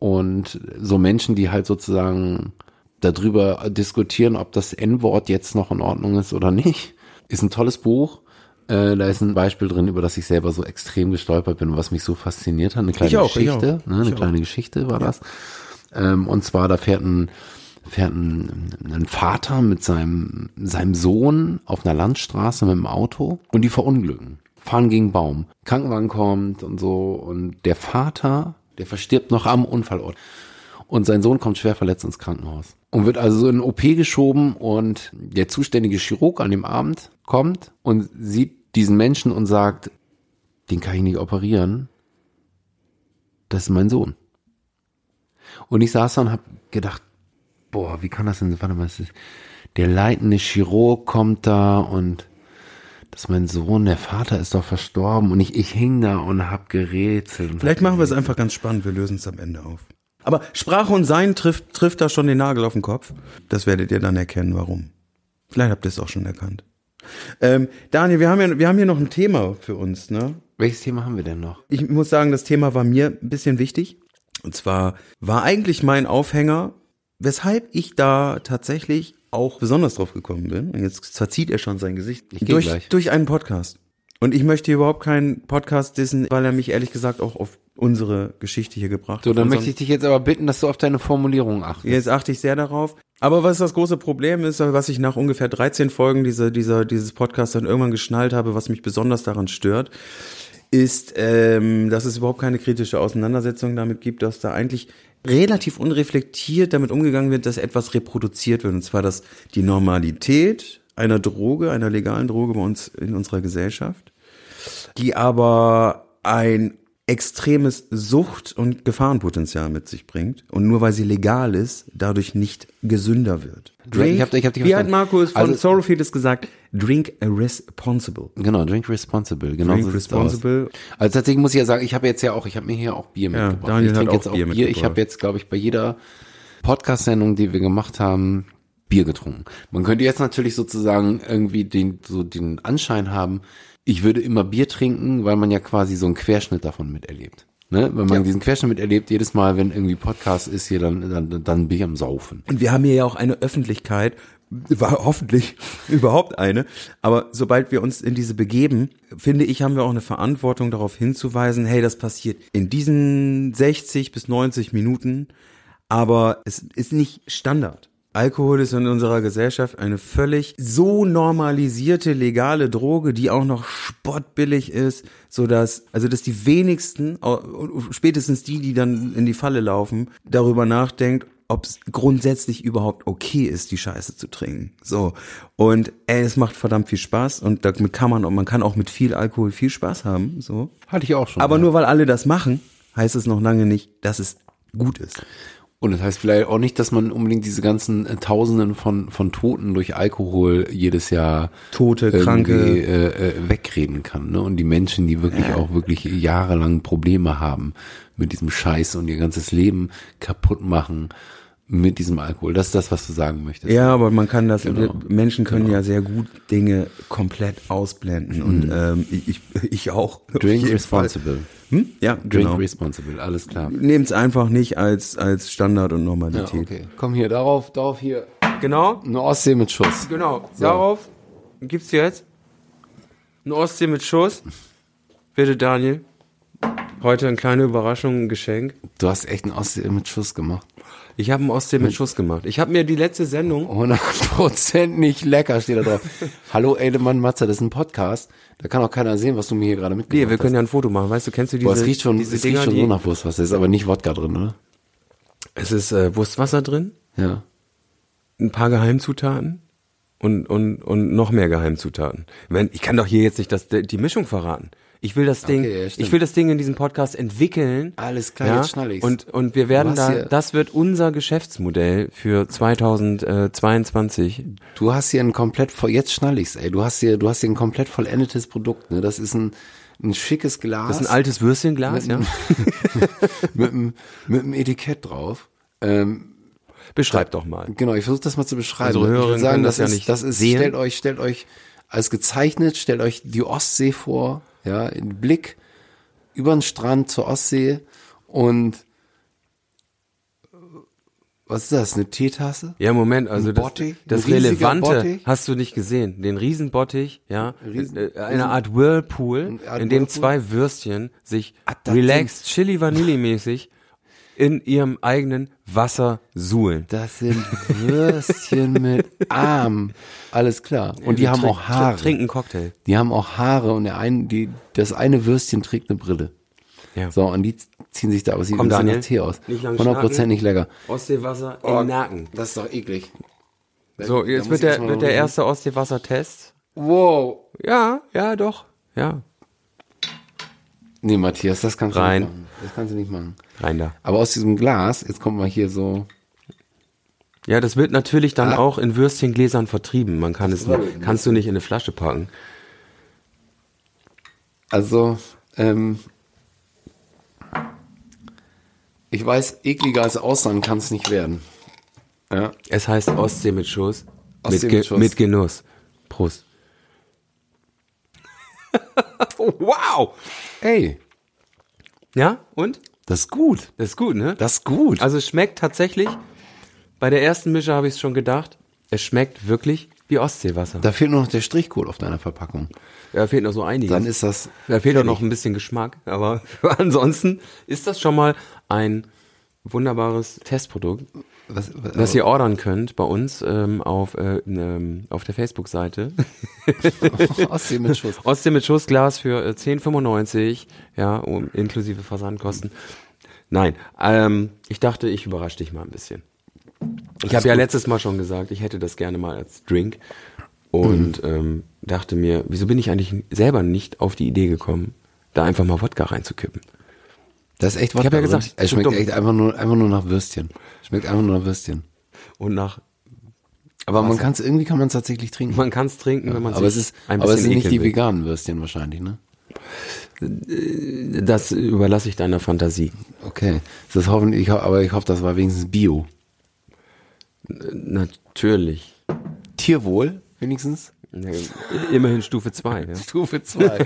F: und so Menschen, die halt sozusagen darüber diskutieren, ob das N-Wort jetzt noch in Ordnung ist oder nicht, ist ein tolles Buch. Äh, da ist ein Beispiel drin, über das ich selber so extrem gestolpert bin, und was mich so fasziniert hat. Eine kleine
D: Ich auch, ich
F: Geschichte,
D: auch.
F: Ne, eine
D: Ich auch.
F: kleine Geschichte war das. Ähm, und zwar, da fährt ein, fährt ein, ein Vater mit seinem, seinem Sohn auf einer Landstraße mit dem Auto und die verunglücken. fahren gegen Baum. Krankenwagen kommt und so. Und der Vater, der verstirbt noch am Unfallort. Und sein Sohn kommt schwer verletzt ins Krankenhaus und wird also so in den OP geschoben und der zuständige Chirurg an dem Abend kommt und sieht diesen Menschen und sagt, den kann ich nicht operieren. Das ist mein Sohn. Und ich saß da und habe gedacht, boah, wie kann das denn, warte mal, es ist, der leitende Chirurg kommt da und das ist mein Sohn, der Vater ist doch verstorben und ich, ich hing da und hab gerätselt. und
E: Vielleicht
F: hab
E: machen wir es einfach ganz spannend, wir lösen es am Ende auf. Aber Sprache und Sein trifft, trifft da schon den Nagel auf den Kopf. Das werdet ihr dann erkennen, warum. Vielleicht habt ihr es auch schon erkannt. Ähm, Daniel, wir haben, ja, wir haben hier noch ein Thema für uns, ne?
F: Welches Thema haben wir denn noch?
E: ich muss sagen, das Thema war mir ein bisschen wichtig. Und zwar war eigentlich mein Aufhänger, weshalb ich da tatsächlich auch besonders drauf gekommen bin. Und jetzt verzieht er schon sein Gesicht.
F: Ich geh
E: durch,
F: gleich.
E: durch einen Podcast. Und ich möchte hier überhaupt keinen Podcast dissen, weil er mich ehrlich gesagt auch auf unsere Geschichte hier gebracht
F: So,
E: hat.
F: dann
E: Und
F: möchte ich dich jetzt aber bitten, dass du auf deine Formulierung achtest.
E: Jetzt achte ich sehr darauf. Aber was das große Problem ist, was ich nach ungefähr 13 Folgen dieser, dieser, dieses Podcasts dann irgendwann geschnallt habe, was mich besonders daran stört, ist, ähm, dass es überhaupt keine kritische Auseinandersetzung damit gibt, dass da eigentlich relativ unreflektiert damit umgegangen wird, dass etwas reproduziert wird. Und zwar, dass die Normalität einer Droge, einer legalen Droge bei uns in unserer Gesellschaft die aber ein extremes Sucht- und Gefahrenpotenzial mit sich bringt und nur weil sie legal ist, dadurch nicht gesünder wird.
F: Ich hab- ich hab dich
E: wie hat
F: verstanden.
E: Markus von
F: Also-
E: Sorrowfield es gesagt? Drink responsible.
F: Genau, drink responsible. Genau
E: Drink
F: so sieht's aus.
E: responsible.
F: Also tatsächlich muss ich ja sagen, ich habe jetzt ja auch, ich habe mir hier auch Bier mitgebracht.
E: Daniel
F: ich
E: hat
F: trinke
E: auch
F: jetzt auch
E: Bier
F: Bier. Ich
E: mitgebracht.
F: habe jetzt, glaube ich, bei jeder Podcast-Sendung, die wir gemacht haben, Bier getrunken. Man könnte jetzt natürlich sozusagen irgendwie den, so den Anschein haben, ich würde immer Bier trinken, weil man ja quasi so einen Querschnitt davon miterlebt. Ne? Wenn man diesen Querschnitt miterlebt, jedes Mal, wenn irgendwie Podcast ist hier, dann, dann, dann bin ich am Saufen.
E: Und wir haben hier ja auch eine Öffentlichkeit, war hoffentlich <laughs> überhaupt eine, aber sobald wir uns in diese begeben, finde ich, haben wir auch eine Verantwortung darauf hinzuweisen, hey, das passiert in diesen 60 bis 90 Minuten, aber es ist nicht Standard. Alkohol ist in unserer Gesellschaft eine völlig so normalisierte legale Droge, die auch noch spottbillig ist, so dass also dass die wenigsten au- spätestens die, die dann in die Falle laufen, darüber nachdenkt, ob es grundsätzlich überhaupt okay ist, die Scheiße zu trinken. So. Und ey, es macht verdammt viel Spaß und damit kann man und man kann auch mit viel Alkohol viel Spaß haben, so.
F: Hatte ich auch schon.
E: Aber nur weil alle das machen, heißt es noch lange nicht, dass es gut ist.
F: Und das heißt vielleicht auch nicht, dass man unbedingt diese ganzen äh, Tausenden von, von Toten durch Alkohol jedes Jahr
E: Tote,
F: irgendwie,
E: Kranke.
F: äh, äh, wegreden kann. Ne? Und die Menschen, die wirklich auch wirklich jahrelang Probleme haben mit diesem Scheiß und ihr ganzes Leben kaputt machen mit diesem Alkohol. Das ist das, was du sagen möchtest.
E: Ja, aber man kann das,
F: Genau.
E: Menschen können ja sehr gut Dinge komplett ausblenden und ähm, ich, ich- ich auch. Auf
F: Drink
E: jeden Fall.
F: responsible.
E: Hm? Ja,
F: Drink
E: genau.
F: responsible, alles klar.
E: Nehmt es einfach nicht als, als Standard und Normalität.
F: okay. Komm hier, darauf, darauf hier.
E: Genau,
F: Eine Ostsee mit Schuss.
E: genau. Darauf gibt's jetzt eine Ostsee mit Schuss. Bitte, Daniel. Heute eine kleine Überraschung, ein Geschenk.
F: Du hast echt einen Ostsee mit Schuss gemacht.
E: Ich habe einen Ostsee mit Schuss gemacht. Ich habe mir die letzte Sendung
F: 100% nicht lecker steht
E: <laughs>
F: da drauf. Hallo Edelmann Matze, das ist ein Podcast. Da kann auch keiner sehen, was du mir hier gerade mitgebracht
E: Nee, wir können
F: hast.
E: ja ein Foto machen. Weißt du, kennst du diese,
F: Boah, es riecht schon,
E: diese
F: es riecht schon
E: die-
F: so nach Wurst, was da ist, aber nicht Wodka drin, oder?
E: Es ist äh, Wurstwasser drin,
F: Ja.
E: ein paar Geheimzutaten und, und, und noch mehr Geheimzutaten. Wenn, ich kann doch hier jetzt nicht das, die Mischung verraten. Ich will das Ding,
F: ja, stimmt.
E: ich will das Ding in diesem Podcast entwickeln.
F: Alles klar, jetzt schnall ich's.
E: Und, und wir werden
F: Du hast
E: da,
F: hier-
E: das wird unser Geschäftsmodell für 2022.
F: Du hast hier ein komplett voll, jetzt schnall ich's, ey. Du hast hier, du hast hier ein komplett vollendetes Produkt, ne? Das ist ein, ein schickes Glas.
E: Das ist ein altes Würstchenglas, ja?
F: mit einem, mit einem Etikett drauf. Ähm,
E: Beschreib doch mal.
F: genau, ich versuche das mal zu beschreiben.
E: Unsere
F: ich
E: Hörerinnen
F: würde sagen,
E: können
F: das,
E: das ja
F: ist,
E: nicht
F: das ist,
E: sehen.
F: stellt euch, stellt euch als gezeichnet, stellt euch die Ostsee vor, ja, den Blick über den Strand zur Ostsee und äh, was ist das, eine Teetasse?
E: Ja, Moment, also
F: Ein
E: das,
F: Bottich,
E: das
F: ein riesiger
E: Relevante
F: Bottich.
E: hast du nicht gesehen. Den Riesenbottich, ja,
F: Riesen-
E: äh, eine Art Whirlpool,
F: Eine Art
E: in dem
F: Whirlpool.
E: zwei Würstchen sich
F: Ah, das
E: relaxed, chili vanilli mäßig in ihrem eigenen Wasser suhlen.
F: Das sind
E: <laughs>
F: Würstchen mit Arm. Alles klar. Und die haben
E: Trink-
F: auch Haare.
E: Trinken einen Cocktail.
F: Die haben auch Haare und der ein, die, das eine Würstchen trägt eine Brille.
E: Ja.
F: So, und die ziehen sich da, aber sie
E: Komm,
F: sehen
E: Daniel.
F: nach Tee aus.
E: Nicht lang
F: 100%
E: schnacken.
F: nicht lecker.
E: Ostseewasser
F: Oh,
E: im Nacken.
F: Das ist doch eklig.
E: So, jetzt wird der, wird der erste Ostseewassertest.
F: Wow.
E: Ja, ja, doch. Ja,
F: Nee, Matthias, das kannst
E: Rein.
F: du nicht machen. Das kannst du nicht machen.
E: rein da.
F: Aber aus diesem Glas, jetzt kommt mal hier so.
E: Ja, das wird natürlich
F: Ah.
E: dann auch in Würstchengläsern vertrieben. Man kann es, kannst du nicht in eine Flasche packen.
F: Also, ähm, ich weiß, ekliger als Ausland kann es nicht werden. Ja.
E: Es heißt Ostsee mit Schuss.
F: Ostsee
E: mit, Ge
F: mit Schuss.
E: mit Genuss.
F: <laughs>
E: Prost. Oh, wow!
F: Ey,
E: Ja, und?
F: das ist gut.
E: Das ist gut, ne?
F: Das ist gut.
E: Also es schmeckt tatsächlich, bei der ersten Mische habe ich es schon gedacht, es schmeckt wirklich wie Ostseewasser.
F: da fehlt nur noch der Strichcode auf deiner Verpackung.
E: Da fehlt noch so einiges.
F: Dann ist das
E: da fehlt auch noch ein bisschen Geschmack, aber <laughs> ansonsten ist das schon mal ein wunderbares Testprodukt,
F: Was, was, oh,
E: das ihr ordern könnt bei uns ähm, auf, äh, ähm, auf der Facebook-Seite.
F: <laughs> Ostsee mit Schuss.
E: Ostsee mit Schussglas für äh, 10,95, ja, um, inklusive Versandkosten. Nein, ähm, ich dachte, ich überrasche dich mal ein bisschen. Ich habe ja letztes Mal schon gesagt, ich hätte das gerne mal als Drink
F: Mhm.
E: und ähm, dachte mir, wieso bin ich eigentlich selber nicht auf die Idee gekommen, da einfach mal Wodka reinzukippen?
F: Das ist echt was.
E: Ich hab ja gesagt,
F: es
E: ich bin
F: schmeckt
E: dumm.
F: echt einfach nur, einfach nur nach Würstchen. Schmeckt einfach nur nach Würstchen.
E: Und nach,
F: Aber man kann es irgendwie kann man es tatsächlich trinken.
E: man kann es trinken, wenn man
F: aber es ist,
E: ein
F: aber es
E: bisschen
F: sind nicht die
E: ekeln will.
F: veganen Würstchen wahrscheinlich, ne?
E: Das überlasse ich deiner Fantasie.
F: Okay. Das ist hoffentlich, ich ho- aber ich hoffe, das war wenigstens Bio.
E: Natürlich.
F: Tierwohl wenigstens. <laughs>
E: Immerhin Stufe 2. Ja.
F: Stufe <laughs> 2.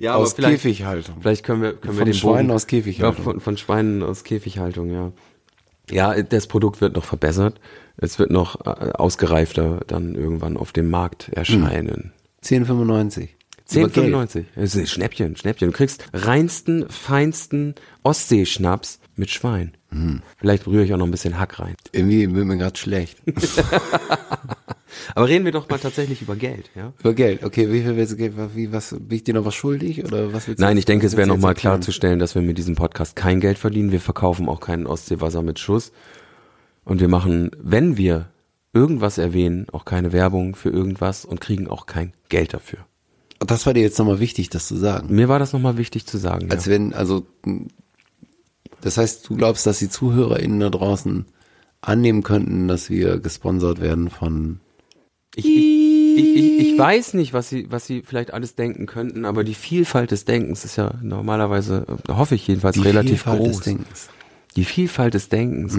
E: Ja,
F: Aus
E: vielleicht-
F: Käfighaltung.
E: Vielleicht können wir, können wir
F: Von
E: den
F: Schweinen
E: Bogen,
F: aus Käfighaltung.
E: Ja, von, von Schweinen aus Käfighaltung, ja. Ja, das Produkt wird noch verbessert. Es wird noch äh, ausgereifter dann irgendwann auf dem Markt
F: Hm.
E: erscheinen.
F: 10,95. Über Geld.
E: 10,95. Es ist Schnäppchen, Schnäppchen. Du kriegst reinsten, feinsten Ostseeschnaps mit Schwein.
F: Hm.
E: Vielleicht rühre ich auch noch ein bisschen Hack rein.
F: Irgendwie wird mir gerade schlecht.
E: Aber reden wir doch mal tatsächlich über Geld, ja?
F: <laughs> Über Geld. Okay, wie viel willst du Geld? Wie, was, bin ich dir noch was schuldig? Oder was willst du-
E: Nein, ich denke,
F: was
E: es wäre
F: willst du jetzt
E: nochmal
F: erklären?
E: klarzustellen, dass wir mit diesem Podcast kein Geld verdienen. Wir verkaufen auch keinen Ostseewasser mit Schuss. Und wir machen, wenn wir irgendwas erwähnen, auch keine Werbung für irgendwas und kriegen auch kein Geld dafür.
F: Das war dir jetzt nochmal wichtig, das zu sagen.
E: Mir war das nochmal wichtig zu sagen.
F: Als
E: ja.
F: wenn, also, m, das heißt, du glaubst, dass die ZuhörerInnen da draußen annehmen könnten, dass wir gesponsert werden von.
E: ich, ich, ich, ich, ich weiß nicht, was sie, was sie vielleicht alles denken könnten, aber die Vielfalt des Denkens ist ja normalerweise, äh, hoffe ich jedenfalls, relativ
F: Vielfalt
E: groß.
F: Des Denkens.
E: die Vielfalt des Denkens.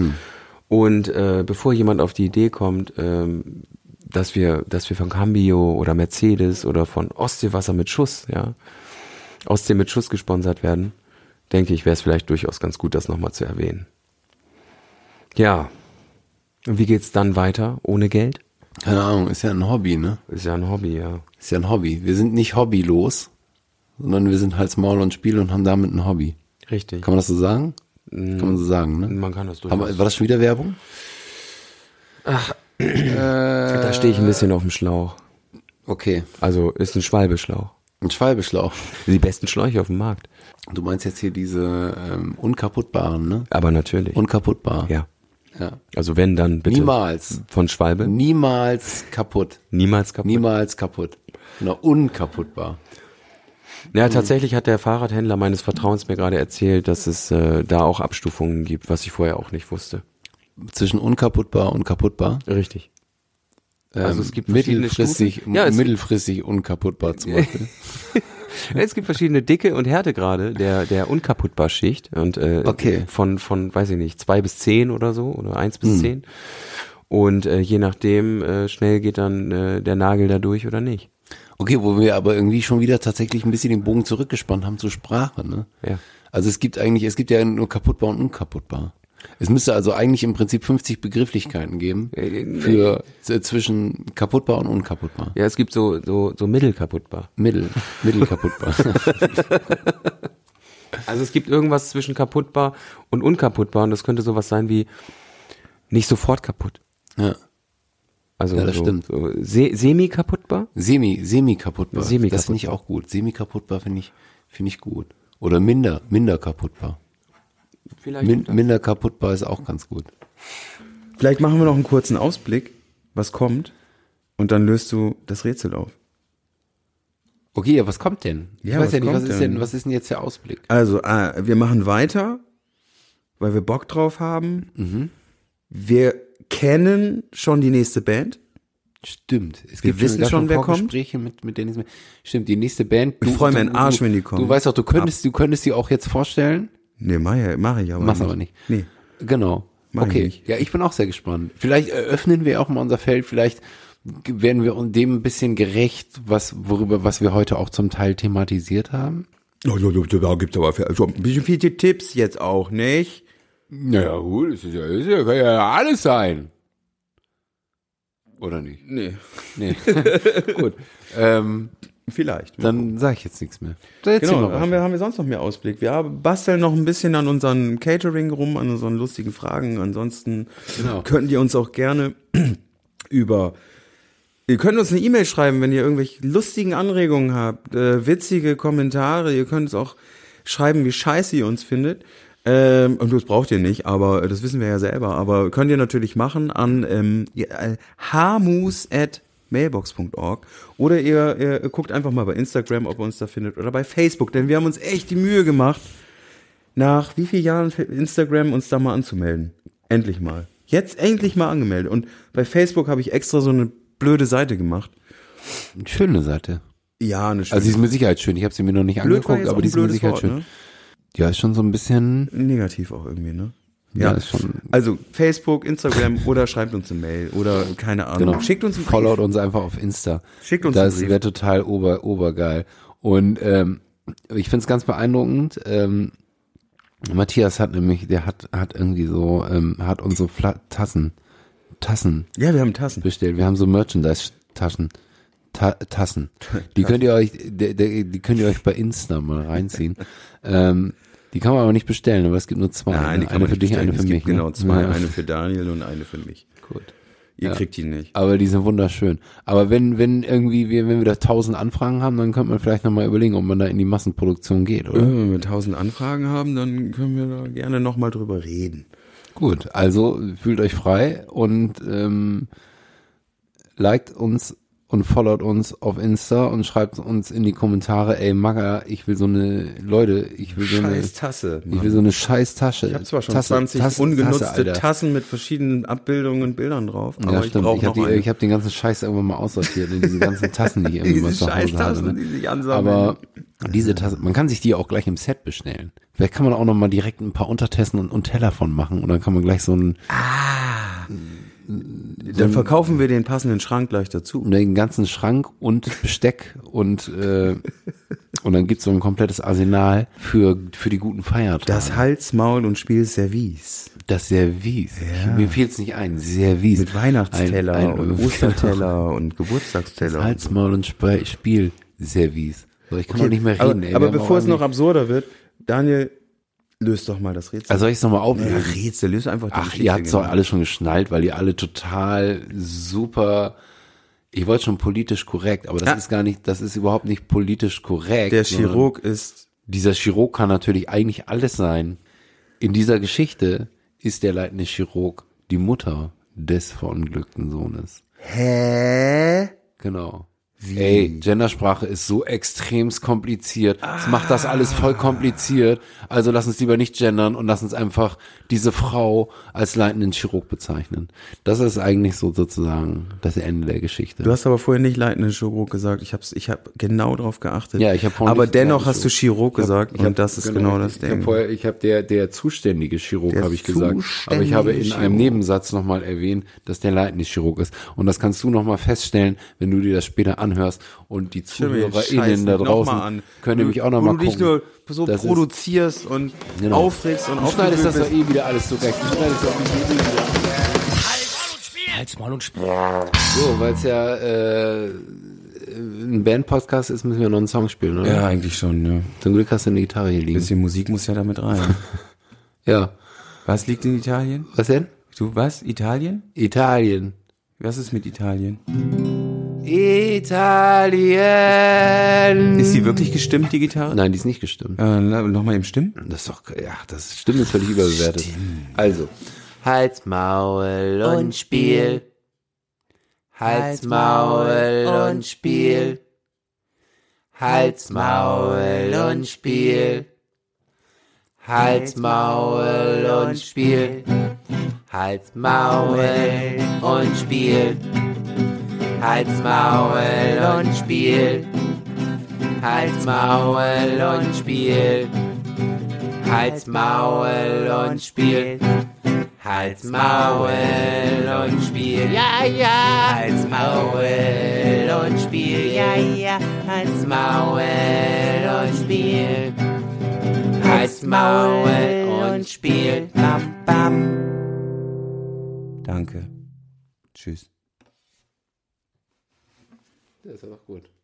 E: Und äh, bevor jemand auf die Idee kommt, ähm, dass wir, dass wir von Cambio oder Mercedes oder von Ostseewasser mit Schuss, ja, Ostsee mit Schuss gesponsert werden, denke ich, wäre es vielleicht durchaus ganz gut, das nochmal zu erwähnen. Ja. Und wie geht's dann weiter ohne Geld?
F: Keine Ahnung, ist ja ein Hobby, ne?
E: Ist ja ein Hobby, ja.
F: Ist ja ein Hobby. Wir sind nicht hobbylos, sondern wir sind Hals, Maul und Spiel und haben damit ein Hobby.
E: Richtig.
F: Kann man das so sagen? Kann man so sagen, ne?
E: Mm. Man kann das
F: Aber
E: durchaus.
F: war das schon wieder Werbung? Äh,
E: da stehe ich ein bisschen auf dem Schlauch.
F: Okay.
E: Also ist ein Schwalbeschlauch.
F: Ein Schwalbeschlauch.
E: Die besten Schläuche auf dem Markt.
F: Du meinst jetzt hier diese ähm, unkaputtbaren, ne?
E: Aber natürlich.
F: Unkaputtbar.
E: ja.
F: ja. Hm.
E: Also wenn dann bitte.
F: Niemals.
E: Von Schwalbe?
F: Niemals kaputt.
E: Niemals kaputt. Genau,
F: Niemals kaputt. Na, unkaputtbar.
E: Ja, tatsächlich hat der Fahrradhändler meines Vertrauens mir gerade erzählt, dass es äh, da auch Abstufungen gibt, was ich vorher auch nicht wusste.
F: Zwischen unkaputtbar und kaputtbar. Ähm,
E: Richtig. Also es gibt verschiedene
F: mittelfristig,
E: Stufen. Ja, es-
F: mittelfristig unkaputtbar zum
E: <laughs>
F: Beispiel.
E: Es gibt verschiedene Dicke und Härtegrade der der unkaputtbar Schicht und äh,
F: Okay.
E: von von weiß ich nicht zwei bis zehn oder so oder eins bis zehn und äh, je nachdem äh, schnell geht dann äh, der Nagel da durch oder nicht.
F: Okay, wo wir aber irgendwie schon wieder tatsächlich ein bisschen den Bogen zurückgespannt haben zur Sprache, ne?
E: Ja.
F: Also es gibt eigentlich, es gibt ja nur kaputtbar und unkaputtbar. Es müsste also eigentlich im Prinzip 50 Begrifflichkeiten geben
E: Äh,
F: für z- zwischen kaputtbar und unkaputtbar.
E: Ja, es gibt so so so mittelkaputtbar. <laughs>
F: Mittel, mittelkaputtbar.
D: Also es gibt irgendwas zwischen kaputtbar und unkaputtbar und das könnte sowas sein wie nicht sofort kaputt.
F: Ja.
D: Also
F: Ja, das
D: so,
F: stimmt.
D: So se semi-kaputtbar?
F: Semi, semi kaputtbar.
D: Semi
F: das finde ich auch gut. Semi kaputtbar finde ich, finde ich gut. Oder minder, minder kaputtbar.
D: Vielleicht.
F: Min, minder kaputtbar ist auch ganz gut.
D: Vielleicht machen wir noch einen kurzen Ausblick, was kommt und dann löst du das Rätsel auf.
F: Okay, ja, was kommt denn? Ich
D: Ja,
F: weiß
D: was
F: ja nicht, was
D: kommt
F: ist
D: denn?
F: denn, was ist denn jetzt der Ausblick?
D: Also, äh, wir machen weiter, weil wir Bock drauf haben.
F: Mhm.
D: Wir kennen schon die nächste Band.
F: Stimmt. Es
D: Wir wissen
F: gab
D: schon, wer kommt.
F: Vorgespräche mit, mit der nächsten Band. Stimmt, die nächste Band.
D: Ich freu mir einen Arsch, wenn die kommen.
F: Du weißt auch, du könntest, du könntest die auch jetzt vorstellen.
D: Nee, mach, ja- mach ich aber
F: Mach's
D: nicht.
F: aber nicht.
D: Nee.
F: Genau.
D: Mach ich
F: okay.
D: nicht.
F: Ja, ich bin auch sehr gespannt. Vielleicht eröffnen wir auch mal unser Feld. Vielleicht werden wir uns dem ein bisschen gerecht, was, worüber, was wir heute auch zum Teil thematisiert haben.
D: Da gibt's aber schon ein bisschen viele Tipps jetzt auch, nicht?
F: Naja, gut, das ist ja, das ist ja, kann ja alles sein. Oder nicht?
D: Nee,
F: Nee. gut. Ähm,
D: vielleicht. ne?
F: dann sage ich jetzt nichts mehr. Dann erzähl
D: Genau,
F: mal
D: haben
F: weiter.
D: wir, haben wir sonst noch mehr Ausblick. Wir haben- basteln noch ein bisschen an unserem Catering rum, an unseren lustigen Fragen. Ansonsten
F: Genau.
D: könnt ihr uns auch gerne <clears throat> über. Ihr könnt uns eine E-Mail schreiben, wenn ihr irgendwelche lustigen Anregungen habt, äh, witzige Kommentare. Ihr könnt uns auch schreiben, wie scheiße ihr uns findet. Ähm, und das braucht ihr nicht, aber das wissen wir ja selber. Aber könnt ihr natürlich machen an ähm, hamus at mailbox.org oder ihr, ihr guckt einfach mal bei Instagram, ob ihr uns da findet oder bei Facebook, denn wir haben uns echt die Mühe gemacht, nach wie vielen Jahren für Instagram uns da mal anzumelden. Endlich mal. Jetzt endlich mal angemeldet. Und bei Facebook habe ich extra so eine blöde Seite gemacht.
F: Schöne Seite.
D: Ja, eine schöne.
F: Also die ist mit Sicherheit schön. Ich habe sie mir noch nicht
D: Blöd war
F: angeguckt,
D: jetzt auch
F: aber die
D: ein
F: ist mit
D: blödes
F: Sicherheit schön.
D: Wort,
F: Ja, ist schon so ein bisschen.
D: ne? Negativ auch irgendwie, ne?
F: Ja, ist schon-
D: Also Facebook, Instagram <laughs> oder schreibt uns eine Mail oder keine Ahnung.
F: Genau.
D: Schickt uns einen Brief.
F: Followt uns einfach auf Insta.
D: Schickt uns einen
F: Das
D: Brief.
F: wäre total ober, obergeil. Und ähm, ich finde es ganz beeindruckend. Ähm, Matthias hat nämlich, der hat, hat irgendwie so, ähm, hat uns so Fla Tassen, Tassen
D: Ja, wir haben Tassen.
F: bestellt. Wir haben so Merchandise-Taschen. Ta
D: <laughs>
F: Tassen. Die könnt ihr euch, der- der- die könnt ihr euch bei Insta mal reinziehen. ähm, die kann man aber nicht bestellen, aber es gibt nur zwei.
D: Nein, die
F: ne?
D: kann man
F: eine für
D: nicht
F: dich, eine
D: bestellen.
F: für
D: es
F: mich.
D: Gibt genau
F: ne?
D: zwei,
F: Ja.
D: eine für Daniel und eine für mich.
F: Gut.
D: Ihr kriegt die nicht.
F: Aber die sind wunderschön. Aber wenn, wenn irgendwie wir, wenn wir da tausend Anfragen haben, dann könnte man vielleicht nochmal überlegen, ob man da in die Massenproduktion geht, oder?
D: Wenn wir tausend Anfragen haben, dann können wir da gerne nochmal drüber reden.
F: Gut, also fühlt euch frei und ähm, liked uns und followt uns auf Insta und schreibt uns in die Kommentare, ey Maga, ich will so eine, Leute, ich will so eine,
D: Scheiß Tasse.
F: ich will so eine scheiß Tasche.
D: Ich habe zwar schon
F: Tasse,
D: 20
F: Tasse,
D: ungenutzte
F: Tasse, Alter.
D: Tassen mit verschiedenen Abbildungen und Bildern drauf, aber
F: ja,
D: ich
F: stimmt. Ich,
D: brauche
F: hab
D: noch
F: die-
D: eine.
F: ich habe hab den ganzen Scheiß irgendwann mal aussortiert, diese ganzen Tassen,
D: <laughs>
F: die ich irgendwie mal
D: diese
F: zu
D: scheiß
F: Hause hatte.
D: Tassen,
F: Ne?
D: die sich ansammeln.
F: Aber diese Tasse, man kann sich die auch gleich im Set bestellen. Vielleicht kann man auch noch mal direkt ein paar Untertassen und, und Teller von machen und dann kann man gleich so einen, Ähm,
D: dann verkaufen wir den passenden Schrank gleich dazu.
F: den ganzen Schrank und Besteck und äh, und dann gibt's so ein komplettes Arsenal für für die guten Feiertage.
D: Das Hals, Maul und Spiel Service.
F: das Service. Ich, mir fällt's nicht ein. Service
D: Mit Weihnachtsteller
F: Ein- ein-
D: und Osterteller
F: <laughs>
D: und Geburtstagsteller.
F: Hals, Maul und Spe Spiel Service. So, ich kann doch nicht mehr
D: aber
F: reden. ey.
D: aber
F: Wir haben
D: bevor
F: auch
D: es noch
F: irgendwie-
D: absurder wird, Daniel, löst doch mal das Rätsel.
F: also soll ich es nochmal auflösen?
D: ja, Rätsel, löst einfach die
F: Ach,
D: Geschichte,
F: ihr habt's doch
D: genau.
F: alle schon geschnallt, weil ihr alle total super. Ich wollte schon politisch korrekt, aber das
D: Ah.
F: ist gar nicht, das ist überhaupt nicht politisch korrekt.
D: Der
F: sondern
D: Chirurg ist
F: Dieser Chirurg kann natürlich eigentlich alles sein. In dieser Geschichte ist der leitende Chirurg die Mutter des verunglückten Sohnes.
D: Hä?
F: Genau. Ey, Gendersprache ist so extremst kompliziert. Es macht das alles voll kompliziert. Also lass uns lieber nicht gendern und lass uns einfach diese Frau als leitenden Chirurg bezeichnen. Das ist eigentlich so sozusagen das Ende der Geschichte.
D: Du hast aber vorher nicht leitenden Chirurg gesagt. Ich habe ich hab genau drauf geachtet.
F: Ja, ich hab vorhin
D: Aber
F: nicht
D: dennoch
F: leitenden
D: hast du Chirurg gesagt und das ist genau, das
F: ich Hab
D: Ding.
F: vorher, ich habe der der zuständige Chirurg
D: Der
F: habe ich gesagt, aber ich
D: zuständige
F: habe in
D: Chirurg.
F: einem Nebensatz nochmal erwähnt, dass der leitende Chirurg ist und das kannst du nochmal feststellen, wenn du dir das später anhörst und die
D: Stimmt, ich scheiß
F: ZuhörerInnen da
D: nicht
F: draußen
D: nochmal an.
F: können nämlich auch
D: Wo
F: nochmal
D: Du
F: gucken.
D: dich nur so
F: Das ist-
D: produzierst und
F: Genau.
D: aufregst und
F: Du schneidest das
D: aufgewühlt
F: doch eh wieder alles zurecht. Du schneidest doch eh wieder.
C: Halt's Maul und Spiel.
F: So, weil es ja äh,
G: ein Band-Podcast ist, müssen wir noch einen Song spielen, oder?
D: Ja, eigentlich schon, ja.
G: Zum Glück hast du eine Gitarre hier liegen.
D: Bisschen Musik muss ja damit
F: <laughs>
D: rein.
G: Ja.
D: Was liegt in Italien?
G: Was denn?
D: Du, was? Italien?
G: Italien.
D: Was ist mit Italien?
G: Italien.
D: Ist sie wirklich gestimmt, die Gitarre?
G: Nein, die ist nicht gestimmt.
D: Äh, Nochmal eben stimmen?
G: Das ist doch, ja, das Stimmen ist völlig überbewertet. Also. Hals, Maul und Spiel. Hals, Maul und Spiel. Hals, Maul und Spiel. Hals, Maul und Spiel. Hals, Maul und Spiel. Hals, Maul und Spiel. Hals, Maul und Spiel. Hals, Maul und Spiel. Hals, Maul und Spiel. Ja, ja. Hals, Maul und Spiel. Ja, ja. Hals, Maul und Spiel. Hals, Maul und Spiel. Bam, bam.
D: Danke. Tschüss.
G: Das ist aber gut.